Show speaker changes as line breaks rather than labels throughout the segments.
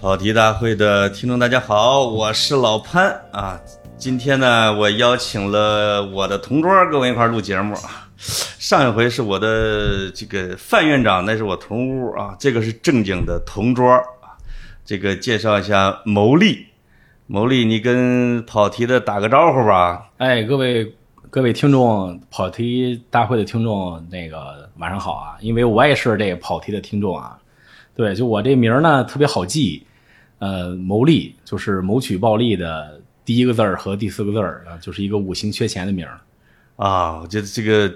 跑题大会的听众，大家好，我是老潘啊。今天呢，我邀请了我的同桌跟我一块儿录节目。上一回是我的这个范院长，那是我同屋啊，这个是正经的同桌啊。这个介绍一下牟利，牟利，你跟跑题的打个招呼吧。
哎，各位各位听众，跑题大会的听众，啊那个晚上好啊！因为我也是这个跑题的听众啊。对，就我这名儿呢特别好记，呃，牟利就是谋取暴利的第一个字儿和第四个字儿，啊，就是一个五行缺钱的名儿。
啊，我觉得这个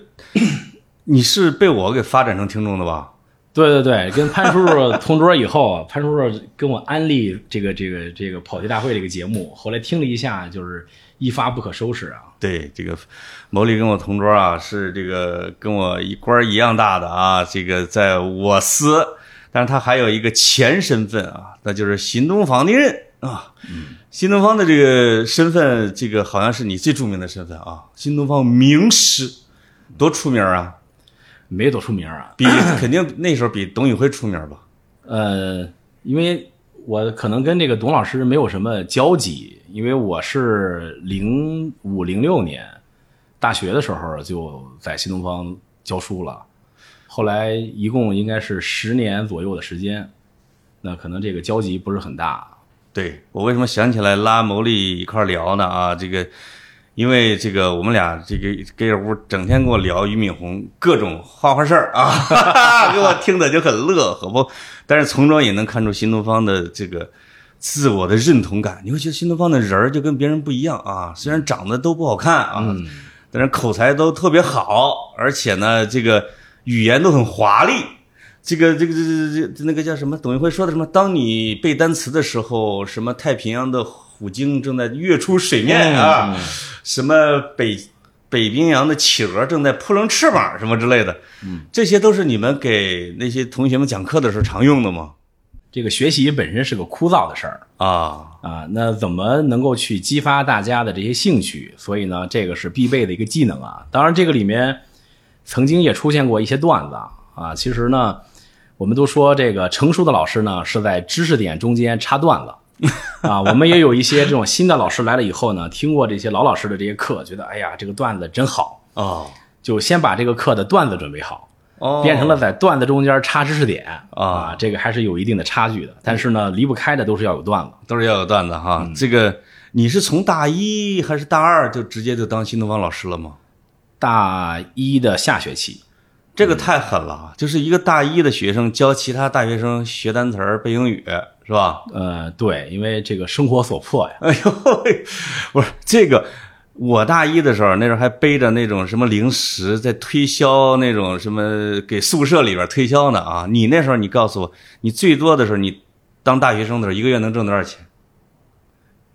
你是被我给发展成听众的吧？
对对对，跟潘叔叔同桌以后，潘叔叔跟我安利这个这个这个跑题大会这个节目，后来听了一下，就是一发不可收拾啊。
对，这个牟利跟我同桌啊，是这个跟我一官儿一样大的啊，这个在我司，但是他还有一个前身份啊，那就是新东方的人啊。新东方的这个身份，这个好像是你最著名的身份啊。新东方名师，多出名儿啊，
没多出名儿啊，
比 肯定那时候比董宇辉出名儿吧？
呃，因为我可能跟这个董老师没有什么交集，因为我是零五零六年大学的时候就在新东方教书了，后来一共应该是十年左右的时间，那可能这个交集不是很大。
对我为什么想起来拉牟利一块儿聊呢？啊，这个，因为这个我们俩这个给这屋整天跟我聊俞敏洪各种花花事儿啊， 哈哈哈给我听的就很乐呵不？但是从中也能看出新东方的这个自我的认同感。你会觉得新东方的人儿就跟别人不一样啊，虽然长得都不好看啊，但是口才都特别好，而且呢，这个语言都很华丽。这个这个这这这那个叫什么？董宇辉说的什么？当你背单词的时候，什么太平洋的虎鲸正在跃出水面啊，什么北北冰洋的企鹅正在扑棱翅膀，什么之类的。嗯，这些都是你们给那些同学们讲课的时候常用的吗？
这个学习本身是个枯燥的事儿，
啊，
啊，那怎么能够去激发大家的这些兴趣？所以呢，这个是必备的一个技能啊。当然，这个里面曾经也出现过一些段子啊啊。其实呢，我们都说这个成熟的老师呢是在知识点中间插段子 啊。我们也有一些这种新的老师来了以后呢，听过这些老老师的这些课，觉得哎呀，这个段子真好，
哦，
就先把这个课的段子准备好，
哦，
变成了在段子中间插知识点
啊
啊。这个还是有一定的差距的，但是呢，离不开的都是要有段子。
都是要有段子哈。这个嗯你是从大一还是大二就直接就当新东方老师了吗？
大一的下学期，
这个太狠了啊，就是一个大一的学生教其他大学生学单词儿、背英语，是吧？
呃，对，因为这个生活所迫呀，
哎呦，喂，不是这个，我大一的时候，那时候还背着那种什么零食在推销，那种什么给宿舍里边推销呢啊！你那时候你告诉我，你最多的时候，你当大学生的时候，一个月能挣多少钱？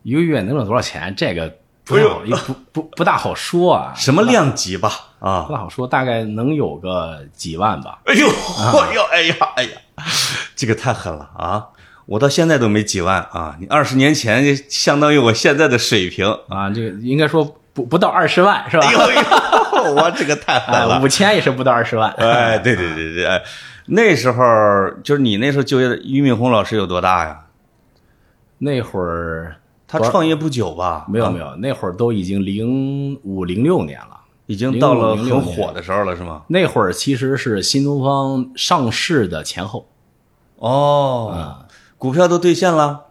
一个月能挣多少钱，这个不太好，也不不不大好说啊，
哎什么量级吧？啊
不！大好说，大概能有个几万吧。
哎呦，哎呦，哎呀，哎呀，这个太狠了啊！我到现在都没几万啊！你二十年前就相当于我现在的水平，
啊，这个应该说不不到二十万是吧
哎？呦 呦，我这个太狠
啊，
了！
五千也是不到二十万。
哎，对对对对，哎，那时候就是你那时候就业的，俞敏洪老师有多大呀？
那会儿
他创业不久吧？
没有没有，那会儿都已经零五零六年了。
已经到了
0506
很火的时候了，是吗？
那会儿其实是新东方上市的前后
哦，股票都兑现了。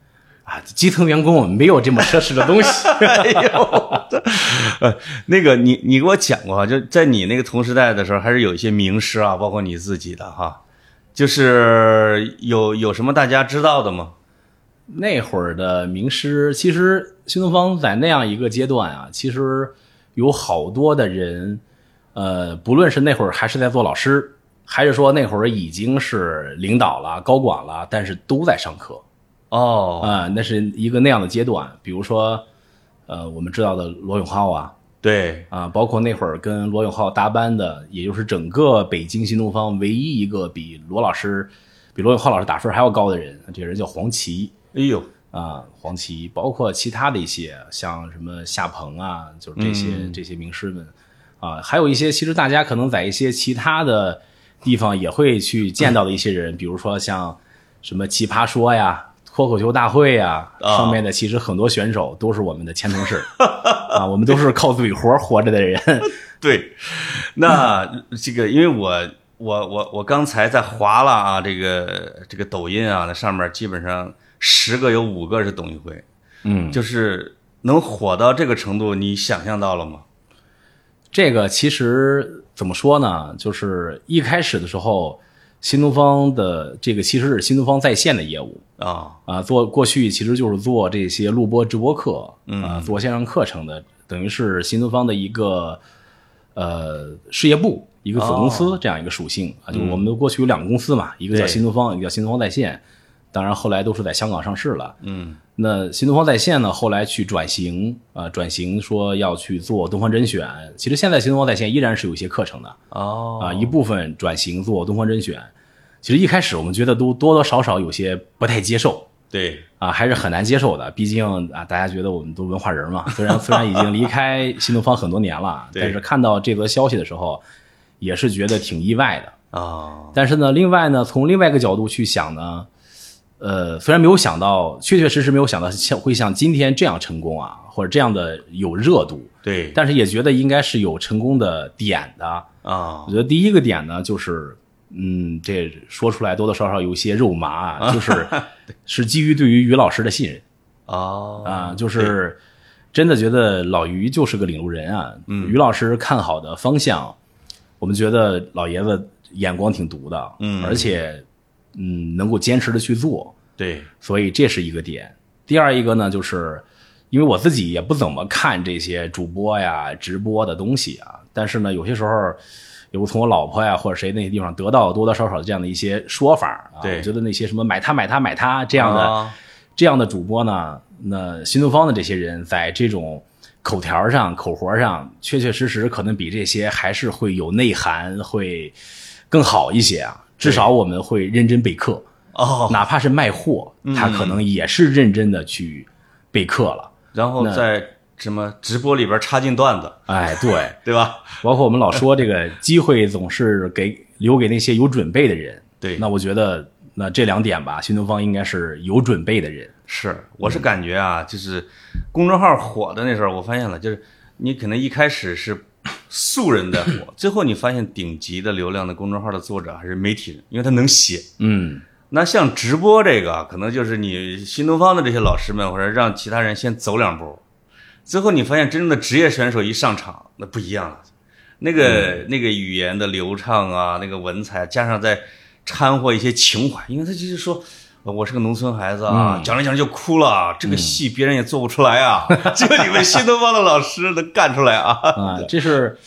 啊，基层员工没有这么奢侈的东西。
哎呦，这呃，那个你你给我讲过啊，就在你那个同时代的时候，还是有一些名师啊，包括你自己的哈，就是有有什么大家知道的吗？
那会儿的名师，其实新东方在那样一个阶段啊，其实有好多的人，呃，不论是那会儿还是在做老师，还是说那会儿已经是领导了、高管了，但是都在上课
哦，
啊、那是一个那样的阶段。比如说，呃，我们知道的罗永浩啊，
对，
啊，包括那会儿跟罗永浩搭班的，也就是整个北京新东方唯一一个比罗老师、比罗永浩老师打分还要高的人，这个人叫黄奇。
哎呦，
啊，黄芪，包括其他的一些，像什么夏鹏啊，就是这些、这些名师们，啊，还有一些其实大家可能在一些其他的地方也会去见到的一些人，比如说像什么奇葩说呀、脱口秀大会呀，
啊
上面的其实很多选手都是我们的前同事啊，我们都是靠嘴活活着的人。
对，那这个因为我我我我刚才在划拉啊，这个这个抖音啊，那上面基本上十个有五个是董一辉，
嗯，
就是能火到这个程度，你想象到了吗？
这个其实怎么说呢？就是一开始的时候，新东方的这个其实是新东方在线的业务
啊
啊，做过去其实就是做这些录播直播课，
嗯
啊，做线上课程的，等于是新东方的一个呃事业部，一个子公司这样一个属性、啊。就我们过去有两个公司嘛，一个叫
哦嗯对
新东方，一个叫新东方在线，当然后来都是在香港上市了。
嗯，
那新东方在线呢，后来去转型，啊，转型说要去做东方甄选。其实现在新东方在线依然是有一些课程的，
哦
啊，一部分转型做东方甄选。其实一开始我们觉得都多多少少有些不太接受，
对，
啊，还是很难接受的。毕竟啊，大家觉得我们都文化人嘛，虽然虽然已经离开新东方很多年了，
对
但是看到这则消息的时候，也是觉得挺意外的。
啊，
但是呢，另外呢，从另外一个角度去想呢，呃，虽然没有想到，确确实实没有想到像会像今天这样成功啊，或者这样的有热度，
对，
但是也觉得应该是有成功的点的。
啊
我，觉得第一个点呢，就是，嗯，这说出来多多少少有些肉麻啊，就是是基于对于于老师的信任。
哦
啊，就是真的觉得老于就是个领路人啊。嗯，于老师看好的方向，我们觉得老爷子眼光挺毒的，
嗯
而且嗯能够坚持的去做，
对，
所以这是一个点。第二一个呢，就是因为我自己也不怎么看这些主播呀、直播的东西啊，但是呢，有些时候。也会从我老婆呀或者谁那些地方得到多多少少这样的一些说法啊，
对啊
我觉得那些什么买它买它买它
这
这样的，这样的主播呢，那新东方的这些人在这种口条上、口活上，确确实实可能比这些还是会有内涵，会更好一些啊。至少我们会认真备课，
哦，
哪怕是卖货，他可能也是认真的去备课了。
然后在什么直播里边插进段子，
哎，对，
对吧？
包括我们老说这个机会总是给留给那些有准备的人。
对
那我觉得那这两点吧，新东方应该是有准备的人。
是，我是感觉啊，就是公众号火的那时候，我发现了，就是你可能一开始是 素人在火，最后你发现顶级的流量的公众号的作者还是媒体人，因为他能写。
嗯，
那像直播这个啊，可能就是你新东方的这些老师们，或者让其他人先走两步，最后你发现真正的职业选手一上场，那不一样了，那个、那个语言的流畅啊，那个文采，加上再掺和一些情怀，因为他就是说。呃我是个农村孩子啊，讲着讲着就哭了啊。这个戏别人也做不出来啊， 只有你们新东方的老师能干出来 啊。
啊，这是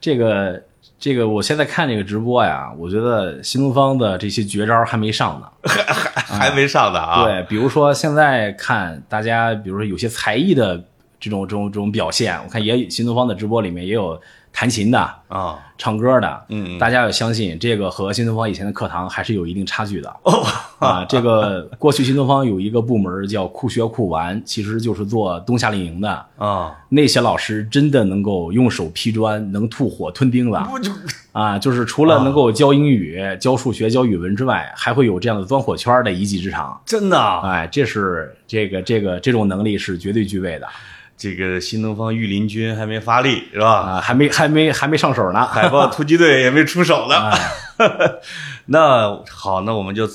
这个这个，我现在看这个直播呀，我觉得新东方的这些绝招还没上呢。
还没上呢啊。
对，比如说现在看大家，比如说有些才艺的这种这种这种表现，我看也有新东方的直播里面也有弹琴的、
啊，
唱歌的，
嗯嗯
大家要相信这个和新东方以前的课堂还是有一定差 距的。
哦
啊，这个过去新东方有一个部门叫酷学酷玩，其实就是做冬夏令营的。
啊，
那些老师真的能够用手劈砖，能吐火吞钉子
不就
啊！就是除了能够教英语、教数学、教语文之外，还会有这样的钻火圈的一技之长。
真的啊，
哎，这是这个这个这种能力是绝对具备的
这个新东方御林军还没发力是吧？
啊！还没还没还没上手呢。
海豹突击队也没出手呢。
啊
那好，那我们就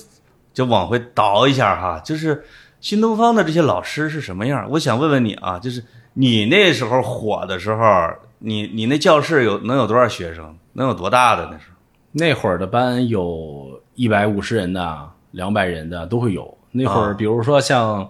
就往回倒一下哈，就是新东方的这些老师是什么样？我想问问你啊，就是你那时候火的时候，你你那教室有能有多少学生？能有多大的那时候？
那会儿的班有一百五十人的、两百人的都会有。那会
啊
儿，比如说像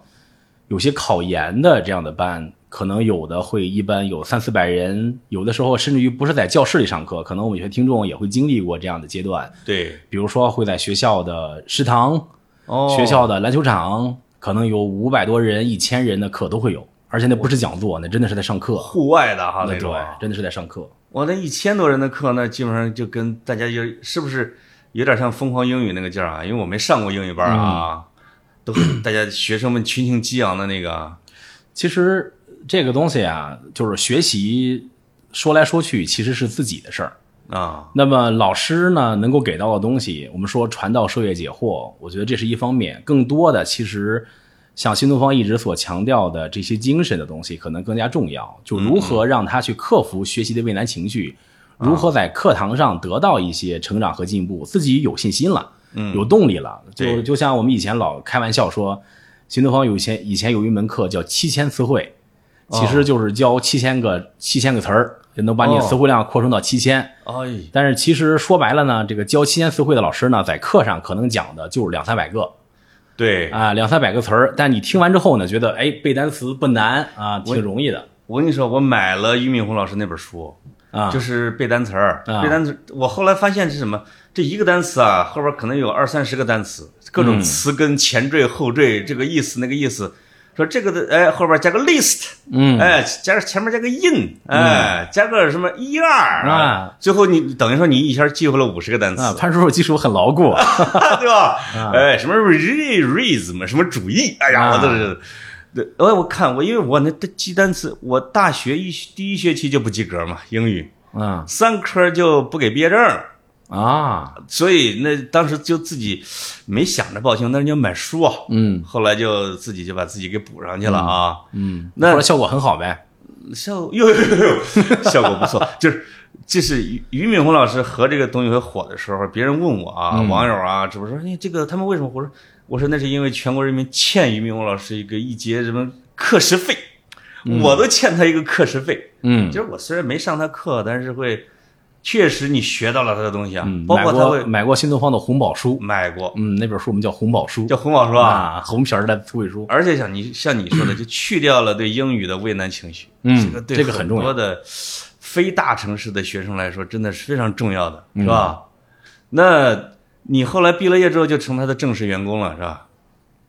有些考研的这样的班，可能有的会一般有三四百人，有的时候甚至于不是在教室里上课，可能我们有些听众也会经历过这样的阶段，
对，
比如说会在学校的食堂、
哦，
学校的篮球场，可能有五百多人、一千人的课都会有，而且那不是讲座，那真的是在上课，
户外的哈啊
那啊
那种
对。，真的是在上课。
我那一千多人的课呢，基本上就跟大家就是不是有点像疯狂英语那个劲儿啊？因为我没上过英语班啊，都是大家学生们群情激昂的那个啊。
其实这个东西啊，就是学习，说来说去其实是自己的事儿。
啊，
那么老师呢，能够给到的东西，我们说传道授业解惑，我觉得这是一方面。更多的，其实像新东方一直所强调的这些精神的东西，可能更加重要。就如何让他去克服学习的畏难情绪，
嗯
如何在课堂上得到一些成长和进步，自己有信心了，有动力了。就
嗯对
就像我们以前老开玩笑说，新东方有以前以前有一门课叫七千词汇，其实就是教七千个七千个词儿，就能把你
哦
词汇量扩充到七千。
哎，
但是其实说白了呢，这个教七言词汇的老师呢，在课上可能讲的就是两三百个
对，
啊、两三百个词儿。但你听完之后呢，觉得哎，背单词不难啊，挺容易的
我跟你说，我买了俞敏洪老师那本书，
啊。
就是背单词儿，
啊
背单词。我后来发现是什么？这一个单词啊，后边可能有二三十个单词，各
嗯
种词根、前缀、后缀，这个意思那个意思。说这个的，哎，后边加个 list，
嗯
哎，加个前面加个 in，哎，加个什么一二
啊，
最后你等于说你一下记会了五十个单词
啊，，潘叔叔基础很牢固啊。
对吧？哎，什么 re reason 什么主义，哎呀，
啊
我都是。对，哎我我看我，因为我那记单词，我大学一第一学期就不及格嘛，英语
嗯
三科就不给毕业证儿，
啊，
所以那当时就自己没想着报清，但是就买书啊，
嗯
后来就自己就把自己给补上去了啊。
嗯，
那
后来效果很好呗。
效哟哟哟哟，效果不错，就是。就是俞俞敏洪老师和这个董宇辉火的时候，别人问我啊，
嗯
网友啊，只不过说，哎，这个他们为什么火？我说，我说那是因为全国人民欠俞敏洪老师一个一节什么课时费，我都欠他一个课时费。
嗯
其实我虽然没上他课，但是会确实你学到了他的东西啊，
嗯，
包括
买
他
过
会
买过新东方的红宝书，
买过，
嗯，那本书我们叫红宝书，
叫洪宝说啊，
啊，红皮儿的词汇书。
而且像你像你 说的，就去掉了对英语的畏难情绪，
嗯
这个对
这个很重要
多的非大城市的学生来说，真的是非常重要的，
嗯
是吧？那你后来毕了业之后就成他的正式员工了，是吧？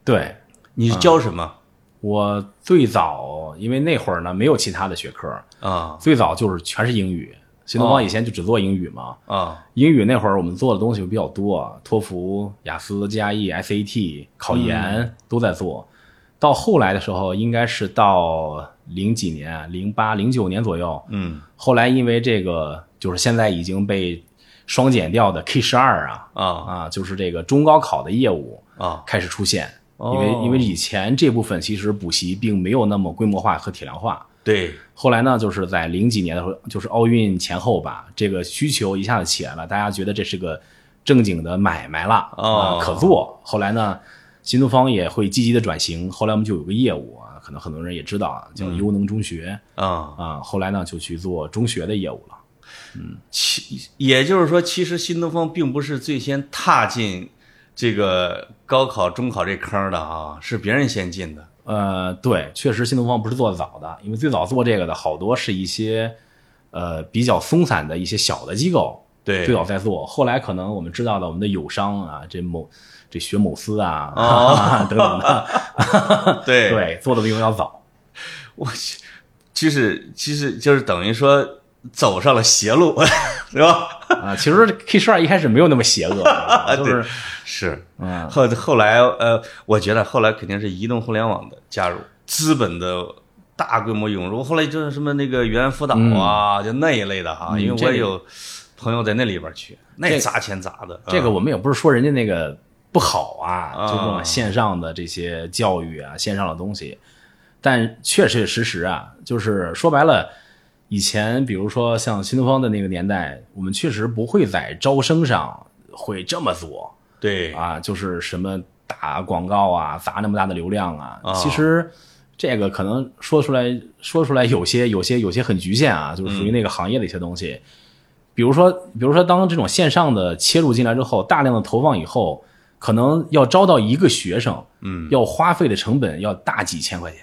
对
你是教什么
我最早，因为那会儿呢没有其他的学科，
啊
最早就是全是英语，新
哦
东方以前就只做英语嘛。
啊
英语那会儿我们做的东西比较多，托福、雅思、加 E、SAT、考研都在做。到后来的时候，应该是到零几年，零八、零九年左右。
嗯
后来因为这个，就是现在已经被双减掉的 K 十二啊
啊
啊，就是这个中高考的业务
啊
开始出现。因
哦
为因为以前这部分其实补习并没有那么规模化和体量化，
对
后来呢，就是在零几年的时候，就是奥运前后吧，这个需求一下子起来了，大家觉得这是个正经的买卖了啊、
哦
可做。后来呢，新东方也会积极的转型，后来我们就有个业务啊，可能很多人也知道啊，叫优能中学
啊，
啊、后来呢，就去做中学的业务了。
其也就是说，其实新东方并不是最先踏进这个高考、中考这坑的啊，是别人先进的
呃，对，确实新东方不是做得早的，因为最早做这个的好多是一些呃比较松散的一些小的机构，
对
最早在做。后来可能我们知道的，我们的友商啊，这某这学某思啊、
哦
等等的，
对
对，做的比我们要早。
我去，就是其实就是等于说走上了邪路， 是吧？
啊，其实 K 十二一开始没有那么邪 恶啊，就是
对是，
嗯
后后来呃，我觉得后来肯定是移动互联网的加入，资本的大规模涌入。后来就是什么那个原辅导啊，就那一类的哈，
嗯
因为
这
我
个
也有朋友在那里边去，那
这
砸钱砸的，
这个
嗯
我们也不是说人家那个不好啊，
啊
就这种线上的这些教育啊，线上的东西，但确确实实啊，就是说白了。以前，比如说像新东方的那个年代，我们确实不会在招生上会这么做，
对
啊，就是什么打广告啊，砸那么大的流量啊。
啊
其实这个可能说出来说出来有些有些有些很局限啊，就是属于
嗯
那个行业的一些东西。比如说，比如说，当这种线上的切入进来之后，大量的投放以后，可能要招到一个学生，
嗯，
要花费的成本要大几千块钱。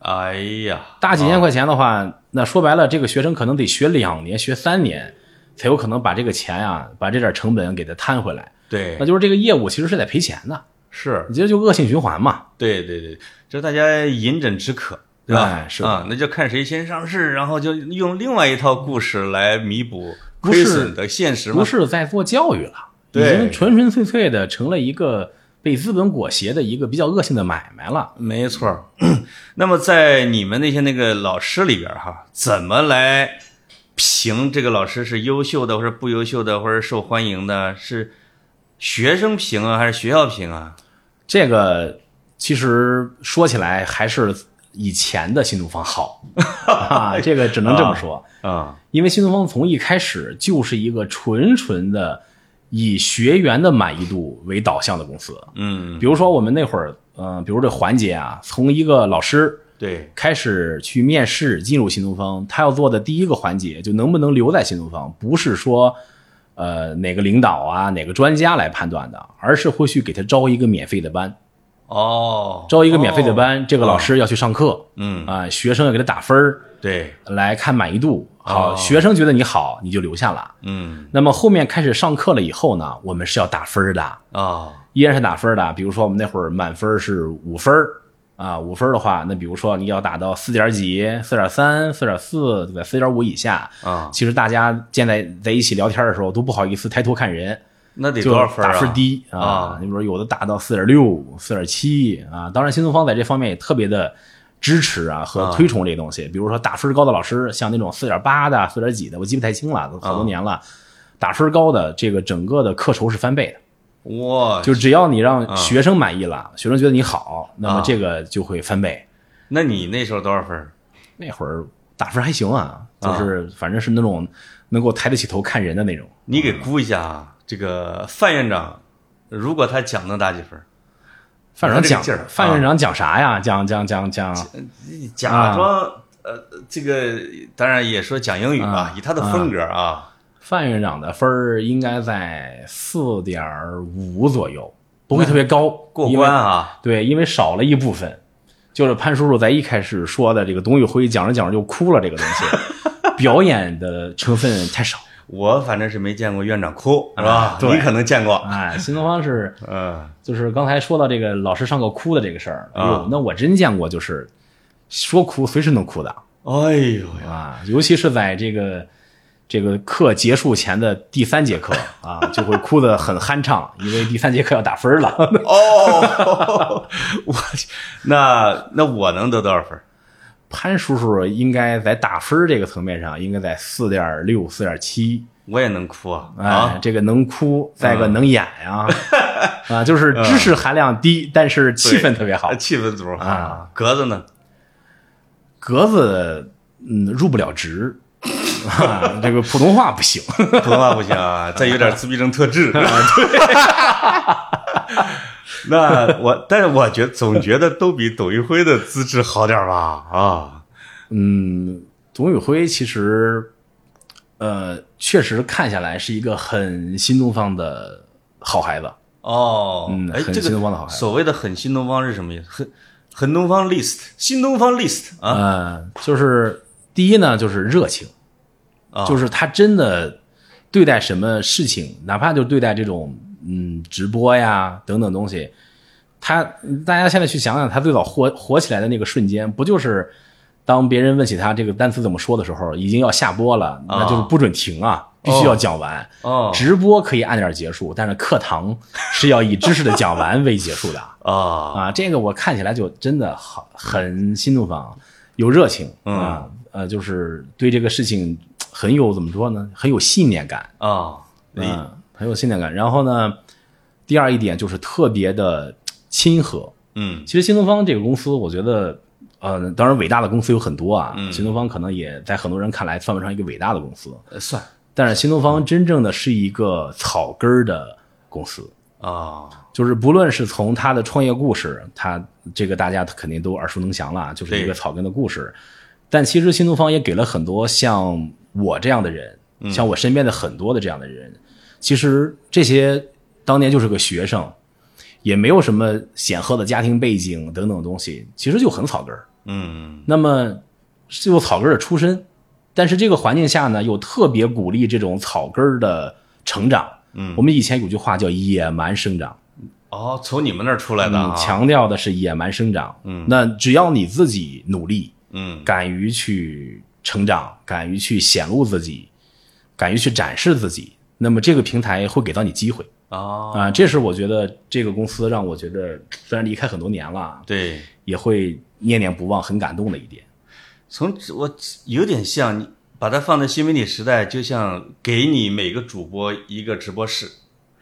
哎呀，
大几千块钱的话，那说白了，这个学生可能得学两年、学三年，才有可能把这个钱啊，把这点成本给它摊回来。
对
那，就是这个业务其实是在赔钱的。
是，
你这就恶性循环嘛。
对对对，就是大家饮鸩止渴，对吧？
哎是的
啊，那就看谁先上市，然后就用另外一套故事来弥补
不
亏
是
损的现实
不
嘛。
是在做教育了，已
对
经纯纯粹粹的成了一个被资本裹挟的一个比较恶性的买卖了。
没错 儿。那么在你们那些那个老师里边儿哈，怎么来评这个老师是优秀的，或者不优秀的，或者受欢迎的，是学生评啊，还是学校评啊？
这个其实说起来还是以前的新东 方好啊，这个只能这么说，
啊，
因为新东方从一开始就是一个纯纯的以学员的满意度为导向的公司。
嗯，
比如说我们那会儿，嗯、比如这环节啊，从一个老师
对，
开始去面试进入新东方，他要做的第一个环节就能不能留在新东方，不是说呃哪个领导啊哪个专家来判断的，而是会去给他招一个免费的班，
哦，
招一个免费的
哦，
班，这个老师要去上课，
嗯，
啊、学生要给他打分儿
对，
来看满意度，好，
哦
学生觉得你好，你就留下了。
嗯，
那么后面开始上课了以后呢，我们是要打分儿的，
啊，
依然是打分儿的。比如说我们那会儿满分儿是五分儿啊，五分儿的话，那比如说你要打到四点几、四点三、四点四，对吧？四点五以下
啊
其实大家现在在一起聊天的时候都不好意思抬头看人，
那得
就
多少分
打
啊？
分低
啊
你比如说有的打到四点六、四点七啊，当然新东方在这方面也特别的。支持啊和推崇这东西，比如说打分高的老师，像那种四点八的、四点几的，我记不太清了，都
啊
好多年了。打分高的，这个整个的课酬是翻倍的。
哇，
就只要你
啊
让学生满意了，学生觉得你好，那么这个就会翻倍。
那你那时候多少分？
那会儿打分还行啊，就是反正是那种能够抬得起头看人的那种。
你给估一下啊，这个范院长，如果他讲能打几分？
范院长
这个劲
讲
儿，啊
范院长讲啥呀？讲讲讲讲，
假装、呃，这个当然也说讲英语吧，
啊
以他的风格啊，
范院长的分儿应该在四点五左右，不会特别高，
过
因为
关。啊，
对，因为少了一部分，就是潘叔叔在一开始说的这个董宇辉讲着讲着就哭了这个东西， 表演的成分太少。
我反正是没见过院长哭，是吧？
啊对
你可能见过，
哎，新东方是
嗯，
就是刚才说到这个老师上课哭的这个事儿，哎
啊
呦，那我真见过，就是说哭随时能哭的
哎呦呀，
啊，尤其是在这个这个课结束前的第三节课 啊，就会哭得很酣畅，因为第三节课要打分了。
哦，我去那那我能得多少分？
潘叔叔应该在打分这个层面上，应该在四点六、四点七。
我也能哭啊
哎，
啊！
这个能哭，再一个能演呀、啊，就是知识含量低，但是气氛特别好
呃。气氛组
啊，
格子呢？
格子嗯入不了职、 啊，这个普通话不行。
普通话不行啊，再有点自闭症特质。 啊对，那我，但是我觉总觉得都比董一辉的资质好点儿吧？啊，
嗯，董宇辉其实呃确实看下来是一个很新东方的好孩子。
哦，
嗯
哎，
很
这
新东方的
个
好孩子
所谓的很新东方是什么意思？很很东方 list，新东方 list 啊
呃，就是第一呢，就是热情，
啊，
就是他真的对待什么事情，哪怕就对待这种嗯直播呀等等东西，他大家现在去想想，他最早火火起来的那个瞬间，不就是当别人问起他这个单词怎么说的时候，已经要下播了，那就是不准停啊，必须要讲完。
哦
直播可以按点结束，但是课堂是要以知识的讲完为结束的
啊，
啊。这个我看起来就真的好很新东方，有热情
嗯
啊，呃，就是对这个事情很有怎么说呢，很有信念感。
啊，你
嗯，很有信念感。然后呢，第二一点就是特别的亲和。
嗯
其实新东方这个公司，我觉得，呃，当然伟大的公司有很多啊，新东方可能也在很多人看来算不上一个伟大的公司，
呃算
但是新东方真正的是一个草根儿的公司。
啊，
就是不论是从他的创业故事，他这个大家肯定都耳熟能详了，啊就是一个
对
草根的故事。但其实新东方也给了很多像我这样的人，
嗯
像我身边的很多的这样的人，其实这些当年就是个学生，也没有什么显赫的家庭背景等等东西，其实就很草根儿。
嗯
那么是有草根儿的出身，但是这个环境下呢，又特别鼓励这种草根儿的成长。
嗯
我们以前有句话叫“野蛮生长”。
哦，从你们那儿出来的
嗯
啊，，
强调的是野蛮生长。
嗯
那只要你自己努力，
嗯
敢于去成长，敢于去显露自己，敢于去展示自己，那么这个平台会给到你机会
啊，
啊、这是我觉得这个公司让我觉得，虽然离开很多年了，
对。
也会念念不忘、很感动的一点。
从我有点像你把它放在新媒体时代，就像给你每个主播一个直播室，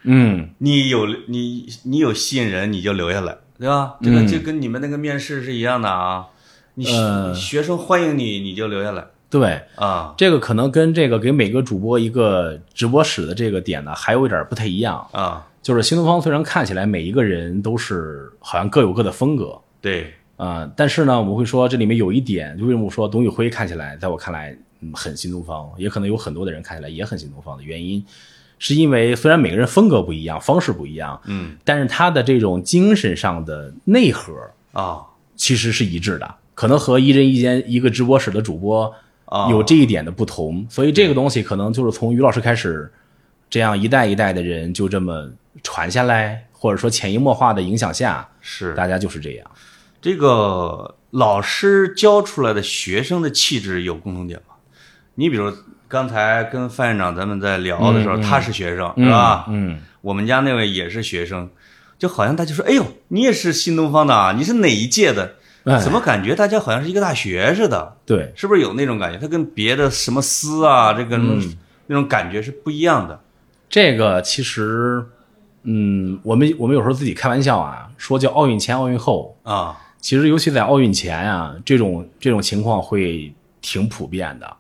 嗯，
你有你你有吸引人，你就留下来，对吧？这
嗯
个就跟你们那个面试是一样的啊。你学、
呃
学生欢迎你，你就留下来
对，
啊
这个可能跟这个给每个主播一个直播室的这个点呢，还有一点不太一样。
啊，
就是新东方虽然看起来每一个人都是好像各有各的风格
对，
啊、但是呢，我们会说这里面有一点，就为什么我说董宇辉看起来，在我看来、嗯、很新东方，也可能有很多的人看起来也很新东方的原因，是因为虽然每个人风格不一样，方式不一样，
嗯
但是他的这种精神上的内核
啊
其实是一致的，可能和一人一间一个直播室的主播
啊，
有这一点的不同，所以这个东西可能就是从于老师开始，这样一代一代的人就这么传下来，或者说潜移默化的影响下，
是
大家就是这样。
这个老师教出来的学生的气质有共同点吗？你比如刚才跟范院长咱们在聊的时候，他是学生、是吧？
嗯，
我们家那位也是学生，就好像大家说：“哎呦，你也是新东方的啊？你是哪一届的？”
哎
怎么感觉大家好像是一个大学似的？
对，
是不是有那种感觉？它跟别的什么司啊，这个什么、
嗯
那种感觉是不一样的。
这个其实，嗯，我们我们有时候自己开玩笑啊，说叫奥运前、奥运后，
啊
其实尤其在奥运前啊，这种这种情况会挺普遍的。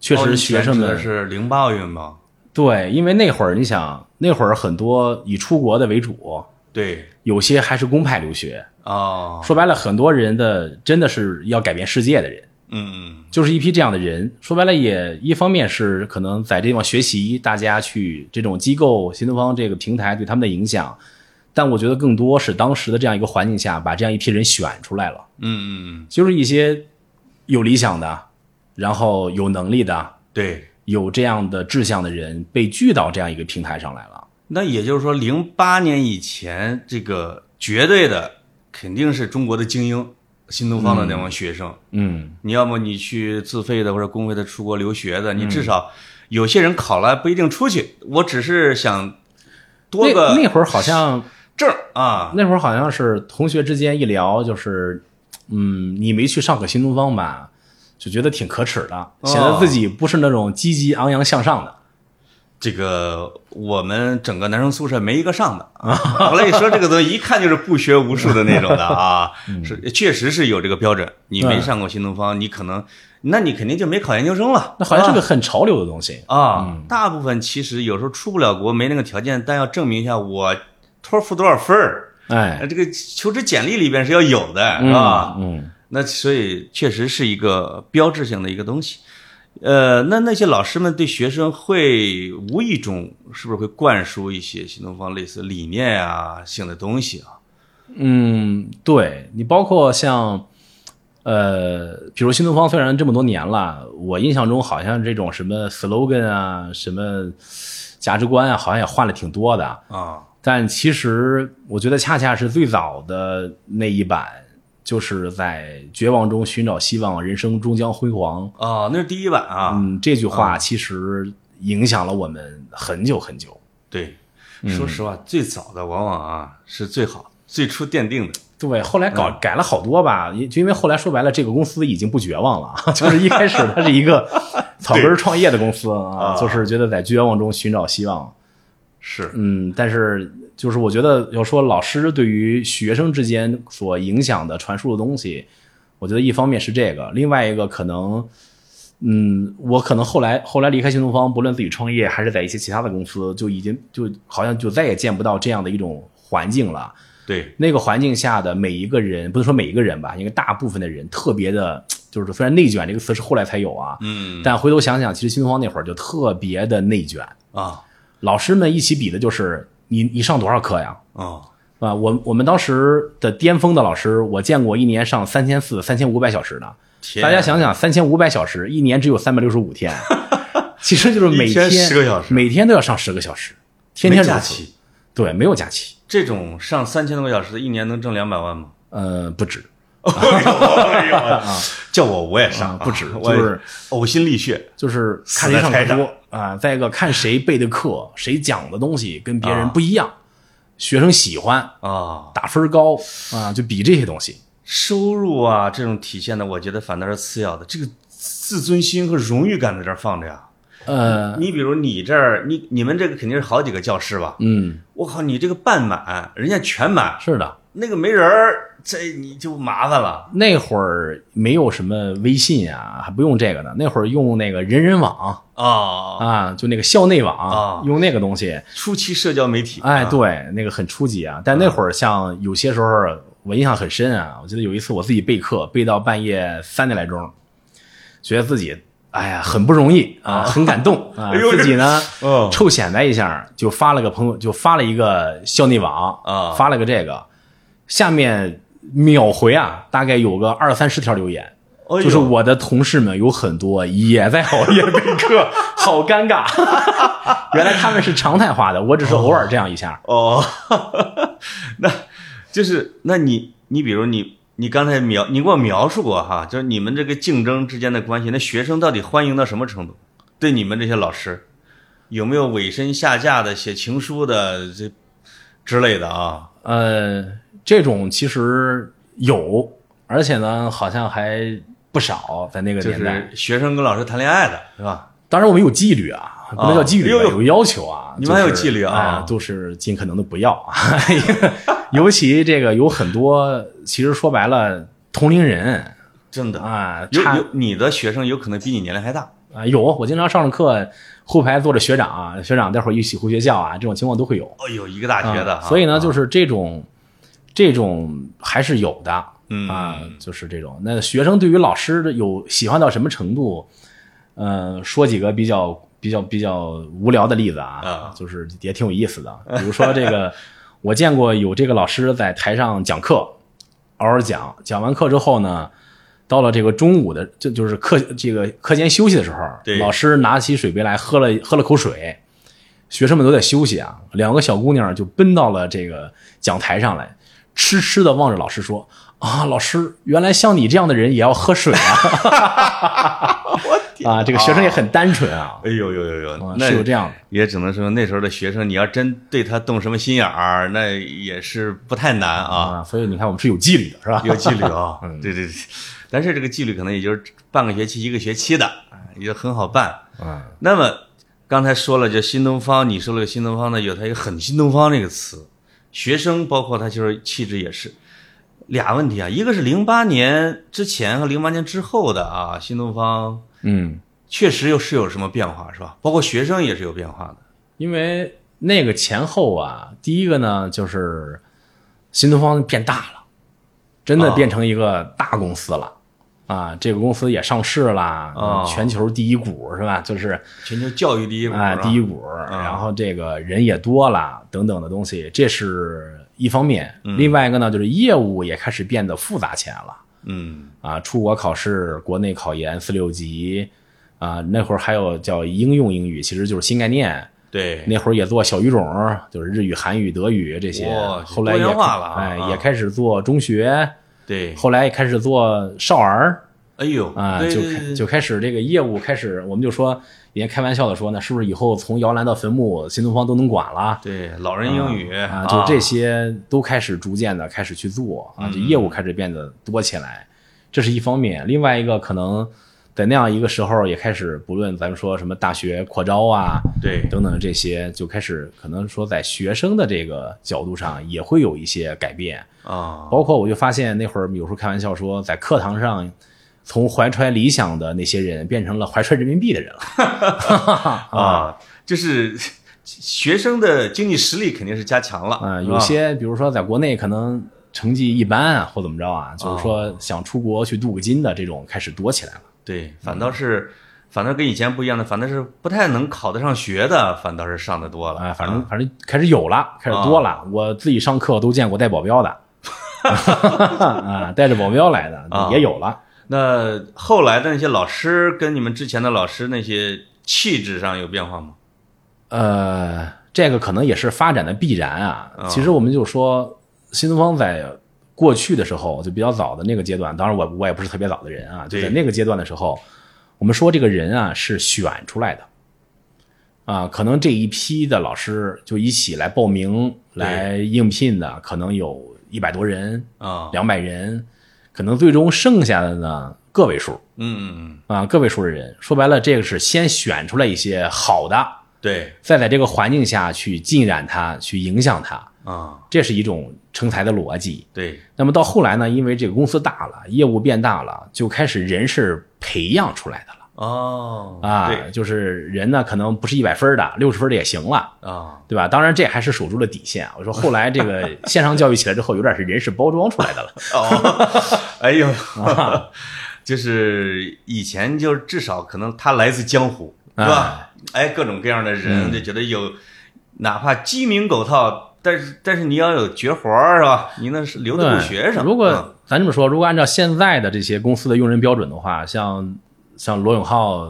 确
奥
实，
运
学
前
生
指
们
的是零八奥运吗？
对，因为那会儿你想，那会儿很多以出国的为主，
对，
有些还是公派留学。
哦，
说白了，很多人的真的是要改变世界的人，
嗯
就是一批这样的人。说白了，也一方面是可能在这地方学习，大家去这种机构、新东方这个平台对他们的影响，但我觉得更多是当时的这样一个环境下，把这样一批人选出来了，
嗯嗯嗯，
就是一些有理想的，然后有能力的，
对。
有这样的志向的人被聚到这样一个平台上来了。
那也就是说，零八年以前，这个绝对的肯定是中国的精英，新东方的那帮学生。
嗯，
你要么你去自费的或者公费的出国留学的，你至少有些人考了不一定出去，我只是想多个
那那会儿好像
证儿啊，
那会儿好像是同学之间一聊，就是，嗯，你没去上个新东方吧，就觉得挺可耻的，显得自己不是那种积极昂扬向上的。
这个我们整个男生宿舍没一个上的 啊。后来一说这个东西，一看就是不学无术的那种的啊，是确实是有这个标准。你没
嗯
上过新东方，你可能，那你肯定就没考研究生了。
那好像是个很潮流的东西。
啊，大部分其实有时候出不了国，没那个条件，但要证明一下我托福多少分儿，
哎，
呃这个求职简历里边是要有的，是吧？
嗯，
那所以确实是一个标志性的一个东西。呃，那那些老师们对学生会无意中是不是会灌输一些新东方类似理念啊性的东西啊？
嗯嗯，对你包括像，呃，比如新东方虽然这么多年了，我印象中好像这种什么 slogan 啊，什么价值观啊，好像也换了挺多的。
啊，
但其实我觉得恰恰是最早的那一版，就是在绝望中寻找希望，人生终将辉煌。
哦，那是第一版啊，
嗯，这句话其实影响了我们很久很久。
对，
嗯
说实话，最早的往往啊是最好、最初奠定的。
对，后来
嗯
搞改了好多吧，也就因为后来说白了，这个公司已经不绝望了， 就是一开始它是一个 草根儿创业的公司啊，
啊
就是觉得在绝望中寻找希望。
是，
嗯，但是就是我觉得要说老师对于学生之间所影响的传输的东西，我觉得一方面是这个，另外一个可能，嗯，我可能后来后来离开新东方，不论自己创业还是在一些其他的公司，就已经就好像就再也见不到这样的一种环境了。
对，
那个环境下的每一个人，不能说每一个人吧，应该大部分的人特别的，就是虽然内卷这个词是后来才有啊，
嗯
但回头想想，其实新东方那会儿就特别的内卷。
啊
老师们一起比的就是你你上多少课呀？
啊
啊，我我们当时的巅峰的老师，我见过一年上三千四、三千五百小时的。
天啊
大家想想，三千五百小时，一年只有三百六十 五天，其实就是每
一天10个小时
每天都要上十个小时，天天
没
如
假
此。
期，
对，没有假期，
这种上三千多个小时的，一年能挣两百万吗？
呃，不止，
哎呦我 叫我我也上
啊，不止
我也
就是
呕心沥血
就是
死
看
在
谁上
台
课多啊。再一个，看谁背的课， 谁讲的东西跟别人不一样，学生喜欢，
啊，
打分高啊，就比这些东西。
收入啊这种体现的，我觉得反倒是次要的。这个自尊心和荣誉感在这儿放着呀。
呃，
嗯你比如你这儿，你你们这个肯定是好几个教室吧？
嗯，
我靠，你这个半满，人家全满，
是的，
那个没人儿，这你就麻烦了。
那会儿没有什么微信啊，还不用这个呢。那会儿用那个人人网
哦，
啊，就那个校内网，
啊
用那个东西。
初期社交媒体，
哎，
啊，
对，那个很初级啊。但那会儿像有些时候，我印象很深啊。我记得有一次我自己备课，备到半夜三点来钟，觉得自己哎呀很不容易啊，很感 动啊。
哎呦
自己呢，
嗯
臭显摆一下，就发了个朋友，就发了一个校内网
啊
发了个这个，下面秒回啊，大概有个二三十条留言。
哎呦
就是我的同事们有很多也在熬夜备课，好尴 尬。原来他们是常态化的，我只是偶尔这样一下。
哦， 那就是那你你比如你你刚才描你给我描述过哈，就是你们这个竞争之间的关系，那学生到底欢迎到什么程度？对你们这些老师，有没有委身下嫁的、写情书的这之类的啊？
呃，这种其实有，而且呢，好像还不少，在那个
就
年代。
是学生跟老师谈恋爱的是吧？
当然，我们有纪律啊，不能叫纪律吧，
哎呦
有要求啊。
你们还有
就是
纪律啊
哎都是尽可能的不要啊。 尤其这个有很多，其实说白了，同龄人
真的，
啊，
有
差
有你的学生有可能比你年龄还大。
啊，有，我经常上着课，后排坐着学长啊，学长待会儿一起回学校啊，这种情况都会有。
哎呦，一个大学的
啊
哈，
所以呢，就是这种，这种还是有的，
嗯
啊，就是这种。那学生对于老师的有喜欢到什么程度？呃，说几个比较比较比较无聊的例子啊
啊，
就是也挺有意思的。比如说这个，我见过有这个老师在台上讲课，嗷嗷讲，讲完课之后呢。到了这个中午的，就就是课这个课间休息的时候，
对
老师拿起水杯来喝了喝了口水，学生们都在休息啊，两个小姑娘就奔到了这个讲台上来，痴痴的望着老师说：“啊，老师，原来像你这样的人也要喝水啊
我！”天
啊，这个 学生也很单纯啊，
哎呦呦呦
啊
呦，那
是有这样的。
也只能说那时候的学生，你要真对他动什么心眼儿，那也是不太难啊，
啊，所以你看，我们是有纪律的，是吧？
有纪律 啊。
嗯
对对对，但是这个纪律可能也就是半个学期、一个学期的，也很好办。
嗯，
那么刚才说了，就新东方，你说了个新东方呢，有它有很新东方这个词，学生包括他就是气质也是。俩问题啊，一个是零八年之前和零八年之后的啊，新东方
嗯，
确实有是有什么变化是吧？包括学生也是有变化的。
因为那个前后啊，第一个呢就是新东方变大了，真的
啊
变成一个大公司了。啊，这个公司也上市啦，
啊
全球第一股是吧？就是
全球教育第一名
啊，第一股，
嗯
然后这个人也多了，等等的东西，这是一方面。另外一个呢，就是业务也开始变得复杂起来了
嗯，
啊，出国考试、国内考研四六级啊，那会儿还有叫应用英语，其实就是新概念。
哎对，
那会儿也做小语种，就是日语、韩语、德语这些
哇。
后来也
多元化了啊
哎，
啊
也开始做中学，
对，
后来也开始做少儿。
哎呦
啊，
对
就
对
开
对
就开始这个业务开始，我们就说，人家开玩笑的说呢，是不是以后从摇篮到坟墓，新东方都能管了？
对老人英语
啊，就这些都开始逐渐的开始去做啊，就业
嗯
务开始变得多起来，这是一方面。另外一个可能在那样一个时候也开始，不论咱们说什么大学扩招啊
对
等等这些，就开始可能说在学生的这个角度上也会有一些改变。
啊，
包括我就发现那会儿有时候开玩笑说，在课堂上，从怀揣理想的那些人变成了怀揣人民币的人了。
啊，就是学生的经济实力肯定是加强了
啊、
啊，
有些比如说在国内可能成绩一般啊，或怎么着啊，就是说想出国去镀个金的这种开始多起来了。
对，反倒是反倒跟以前不一样的，反倒是不太能考得上学的，反倒是上的多了
啊、反正反正开始有了，开始多了。我自己上课都见过带保镖的， 啊，带着保镖来的
啊
也有了。
那后来的那些老师跟你们之前的老师那些气质上有变化吗？
呃，这个可能也是发展的必然啊。其实我们就说，新东方在过去的时候，就比较早的那个阶段，当然我我也不是特别早的人啊，就
对
在那个阶段的时候，我们说这个人啊是选出来的。啊，可能这一批的老师就一起来报名来应聘的，可能有一百多人，
啊，
两百人，可能最终剩下的呢，个位数
嗯，嗯
啊，个位数的人。说白了，这个是先选出来一些好的，
对
再在这个环境下去浸染它，去影响它，
啊，
这是一种成才的逻辑。
对，
那么到后来呢，因为这个公司大了，业务变大了，就开始人是培养出来的了
哦，
啊，
对
就是人呢可能不是一百分的，六十分的也行了。
啊，
对吧？当然，这还是守住了底线啊。我说后来这个 线上教育起来之后，有点是人是包装出来的了。
哦，哎呦， 就是以前就至少可能他来自江湖，
啊
是吧？哎，各种各样的
嗯
人就觉得有，哪怕鸡鸣狗盗，但是但是你要有绝活儿是吧？你那是留得住学生。
如
嗯
果咱这么说，如果按照现在的这些公司的用人标准的话，像像罗永浩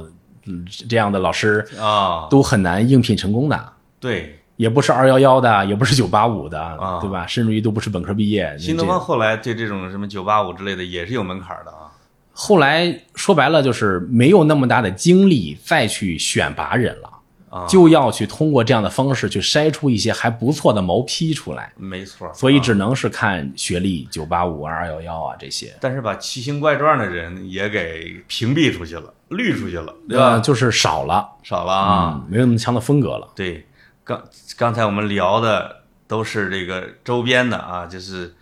嗯这样的老师，
啊，
都很难应聘成功的，啊
对，
也不是二幺幺的，也不是九八五的，
啊
对吧？甚至于都不是本科毕业。
新
这
东方后来对这种什么九八五之类的也是有门槛儿的啊。
后来说白了就是没有那么大的精力再去选拔人了。
啊
就要去通过这样的方式去筛出一些还不错的毛坯出来，
没错儿，
所以
啊
只能是看学历，九八五、二幺幺啊这些，
但是把奇形怪状的人也给屏蔽出去了，滤出去了，对
呃
吧？
就是少了
少了啊。
嗯，没有那么强的风格了。
对，刚刚才我们聊的都是这个周边的啊，就是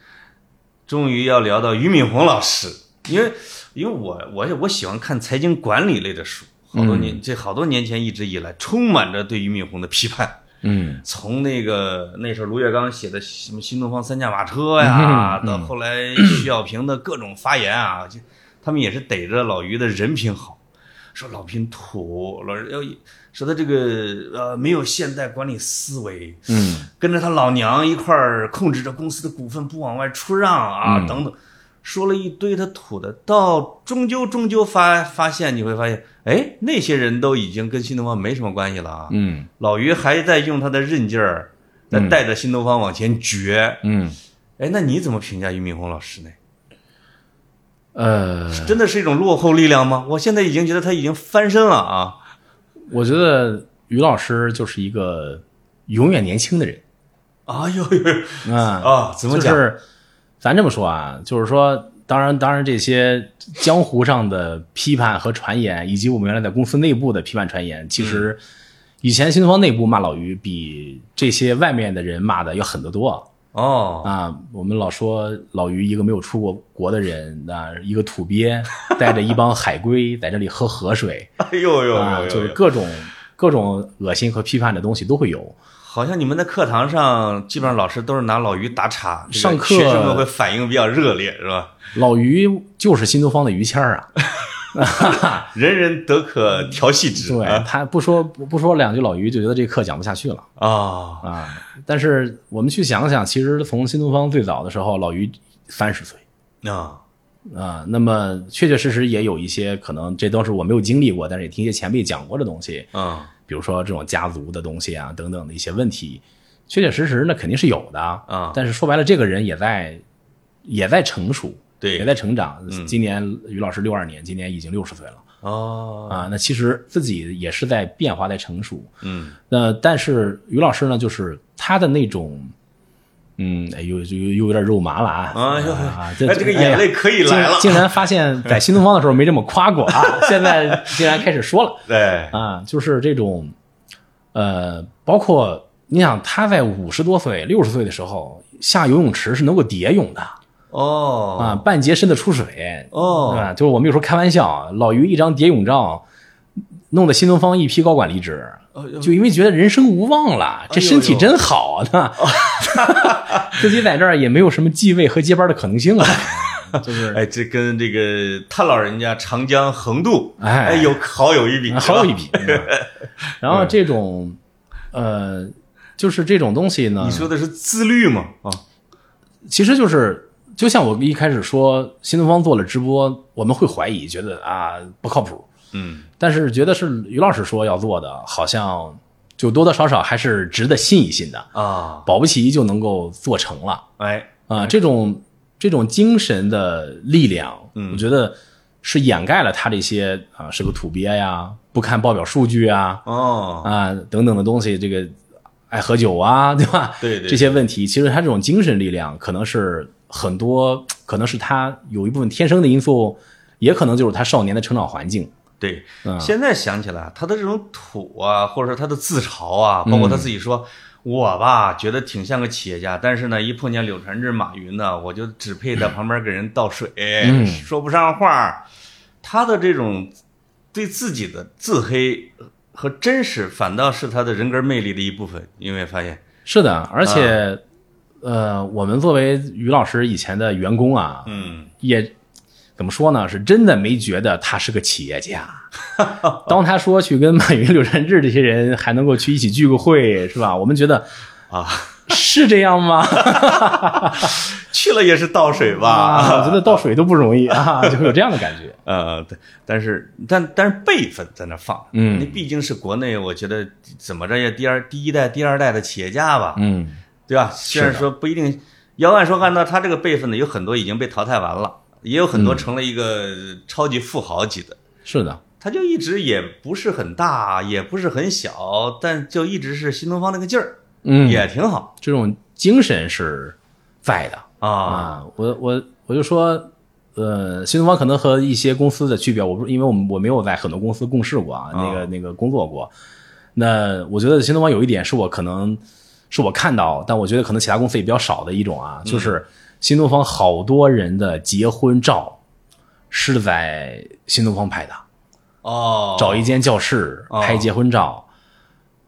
终于要聊到俞敏洪老师，因为因为我我我喜欢看财经管理类的书，好多年、这好多年前一直以来充满着对俞敏洪的批判。
嗯，
从那个那时候卢月刚写的什么新东方三驾马车
嗯
呀，到后来徐小平的各种发言啊，就他们也是逮着老于的人品好，说老平土，老要说他这个呃没有现代管理思维，
嗯，
跟着他老娘一块儿控制着公司的股份不往外出让
嗯
啊，等等，说了一堆他土的，到终究终究发发现你会发现，哎，那些人都已经跟新东方没什么关系了啊，
嗯
老于还在用他的韧劲儿，在带着新东方往前掘。
嗯，
哎，那你怎么评价俞敏洪老师呢？
呃，
真的是一种落后力量吗？我现在已经觉得他已经翻身了啊！
我觉得于老师就是一个永远年轻的人
哎呦呦
啊、
啊！怎么
就
讲？
是咱这么说啊，就是说，当然，当然，这些江湖上的批判和传言，以及我们原来在公司内部的批判传言，其实
嗯
以前新东方内部骂老于比这些外面的人骂的要狠得多
哦，
啊。我们老说老于一个没有出过国的人啊，一个土 鳖带着一帮海龟在这里喝河水
哎呦呦
啊，
呦
就是
呦呦！
各种各种恶心和批判的东西都会有。
好像你们在课堂上，基本上老师都是拿老于打岔，这个
上课
学生们会反应比较热烈，是吧？
老于就是新东方的于谦儿啊。
人人得可调戏之
对
啊
他不说不不说两句老于，就觉得这课讲不下去了
啊！
啊。但是我们去想想，其实从新东方最早的时候，老于三十岁
啊
啊，那么确确实实也有一些可能，这都是我没有经历过，但是也听一些前辈讲过的东西，
啊
比如说这种家族的东西啊等等的一些问题，确确实实那肯定是有的
啊
但是说白了，这个人也在也在成熟，
对嗯
也在成长。今年于老师六二年，今年已经六十岁了。
哦，
啊，那其实自己也是在变化，在成熟。
嗯
那但是于老师呢，就是他的那种，嗯，哎又又又有点肉麻了啊！
哎呦
啊，
哎这个眼泪可以来了
哎呀竟竟然 发现，在新东方的时候没这么夸过啊，现在竟然开始说了
对，
啊，就是这种，呃，包括你想他在五十多岁、六十岁的时候下游泳池是能够蝶泳的
哦
啊，半截身子出水，
哦
对吧？就是我们有时候开玩笑啊，老于一张蝶泳照，弄得新东方一批高管离职，
哦
就因为觉得人生无望
哎
了，这身体真好啊，那、 自己在这儿也没有什么继位和接班的可能 性了，就是
哎，这跟这个他老人家长江横渡，
哎
哎，有好有一比，
好有一
比。
比。嗯然后这种，呃，就是这种东西呢
你，说的是自律吗？啊，
其实就是就像我一开始说，新东方做了直播，我们会怀疑，觉得啊不靠谱，
嗯，
但是觉得是于老师说要做的，好像就多多少少还是值得信一信的，
啊，
保不齐就能够做成了
哎，
啊、这种这种精神的力量，
嗯
我觉得是掩盖了他这些啊、是个土鳖呀，不看报表数据啊
哦，
啊等等的东西，这个爱喝酒啊， 对吧？
对对
这些问题，其实他这种精神力量可能是很多，可能是他有一部分天生的因素，也可能就是他少年的成长环境。
对，现在想起来，他的这种土啊，或者说他的自嘲啊，包括他自己说，我吧觉得挺像个企业家，但是呢，一碰见柳传志、马云呢，我就只配在旁边给人倒水，说不上话。他的这种对自己的自黑和真实，反倒是他的人格魅力的一部分。你有没有发现？
是的，而且，
啊
呃，我们作为于老师以前的员工啊，
嗯，
也怎么说呢？是真的没觉得他是个企业家。当他说去跟马云、柳传志这些人还能够去一起聚个会，是吧？我们觉得
啊，
是这样吗？
去了也是倒水吧。
啊，我觉得倒水都不容易啊，就会有这样的感觉。
呃，对，但是但但是辈分在那放，
嗯
你毕竟是国内，我觉得怎么着也第二第一代、第二代的企业家吧，
嗯，
对吧？虽然说不一定，要按说按照他这个辈分呢，有很多已经被淘汰完了，也有很多
嗯
成了一个超级富豪级的，
是的，
他就一直也不是很大，也不是很小，但就一直是新东方那个劲儿，
嗯，
也挺好
这种精神是在的
啊。
啊。我我我就说，呃，新东方可能和一些公司的区别，我不因为我们我没有在很多公司共事过啊，那个那个工作过。那我觉得新东方有一点是我可能是我看到，但我觉得可能其他公司也比较少的一种啊，就是新东方好多人的结婚照是在新东方拍的。
哦，
找一间教室
哦
拍结婚照，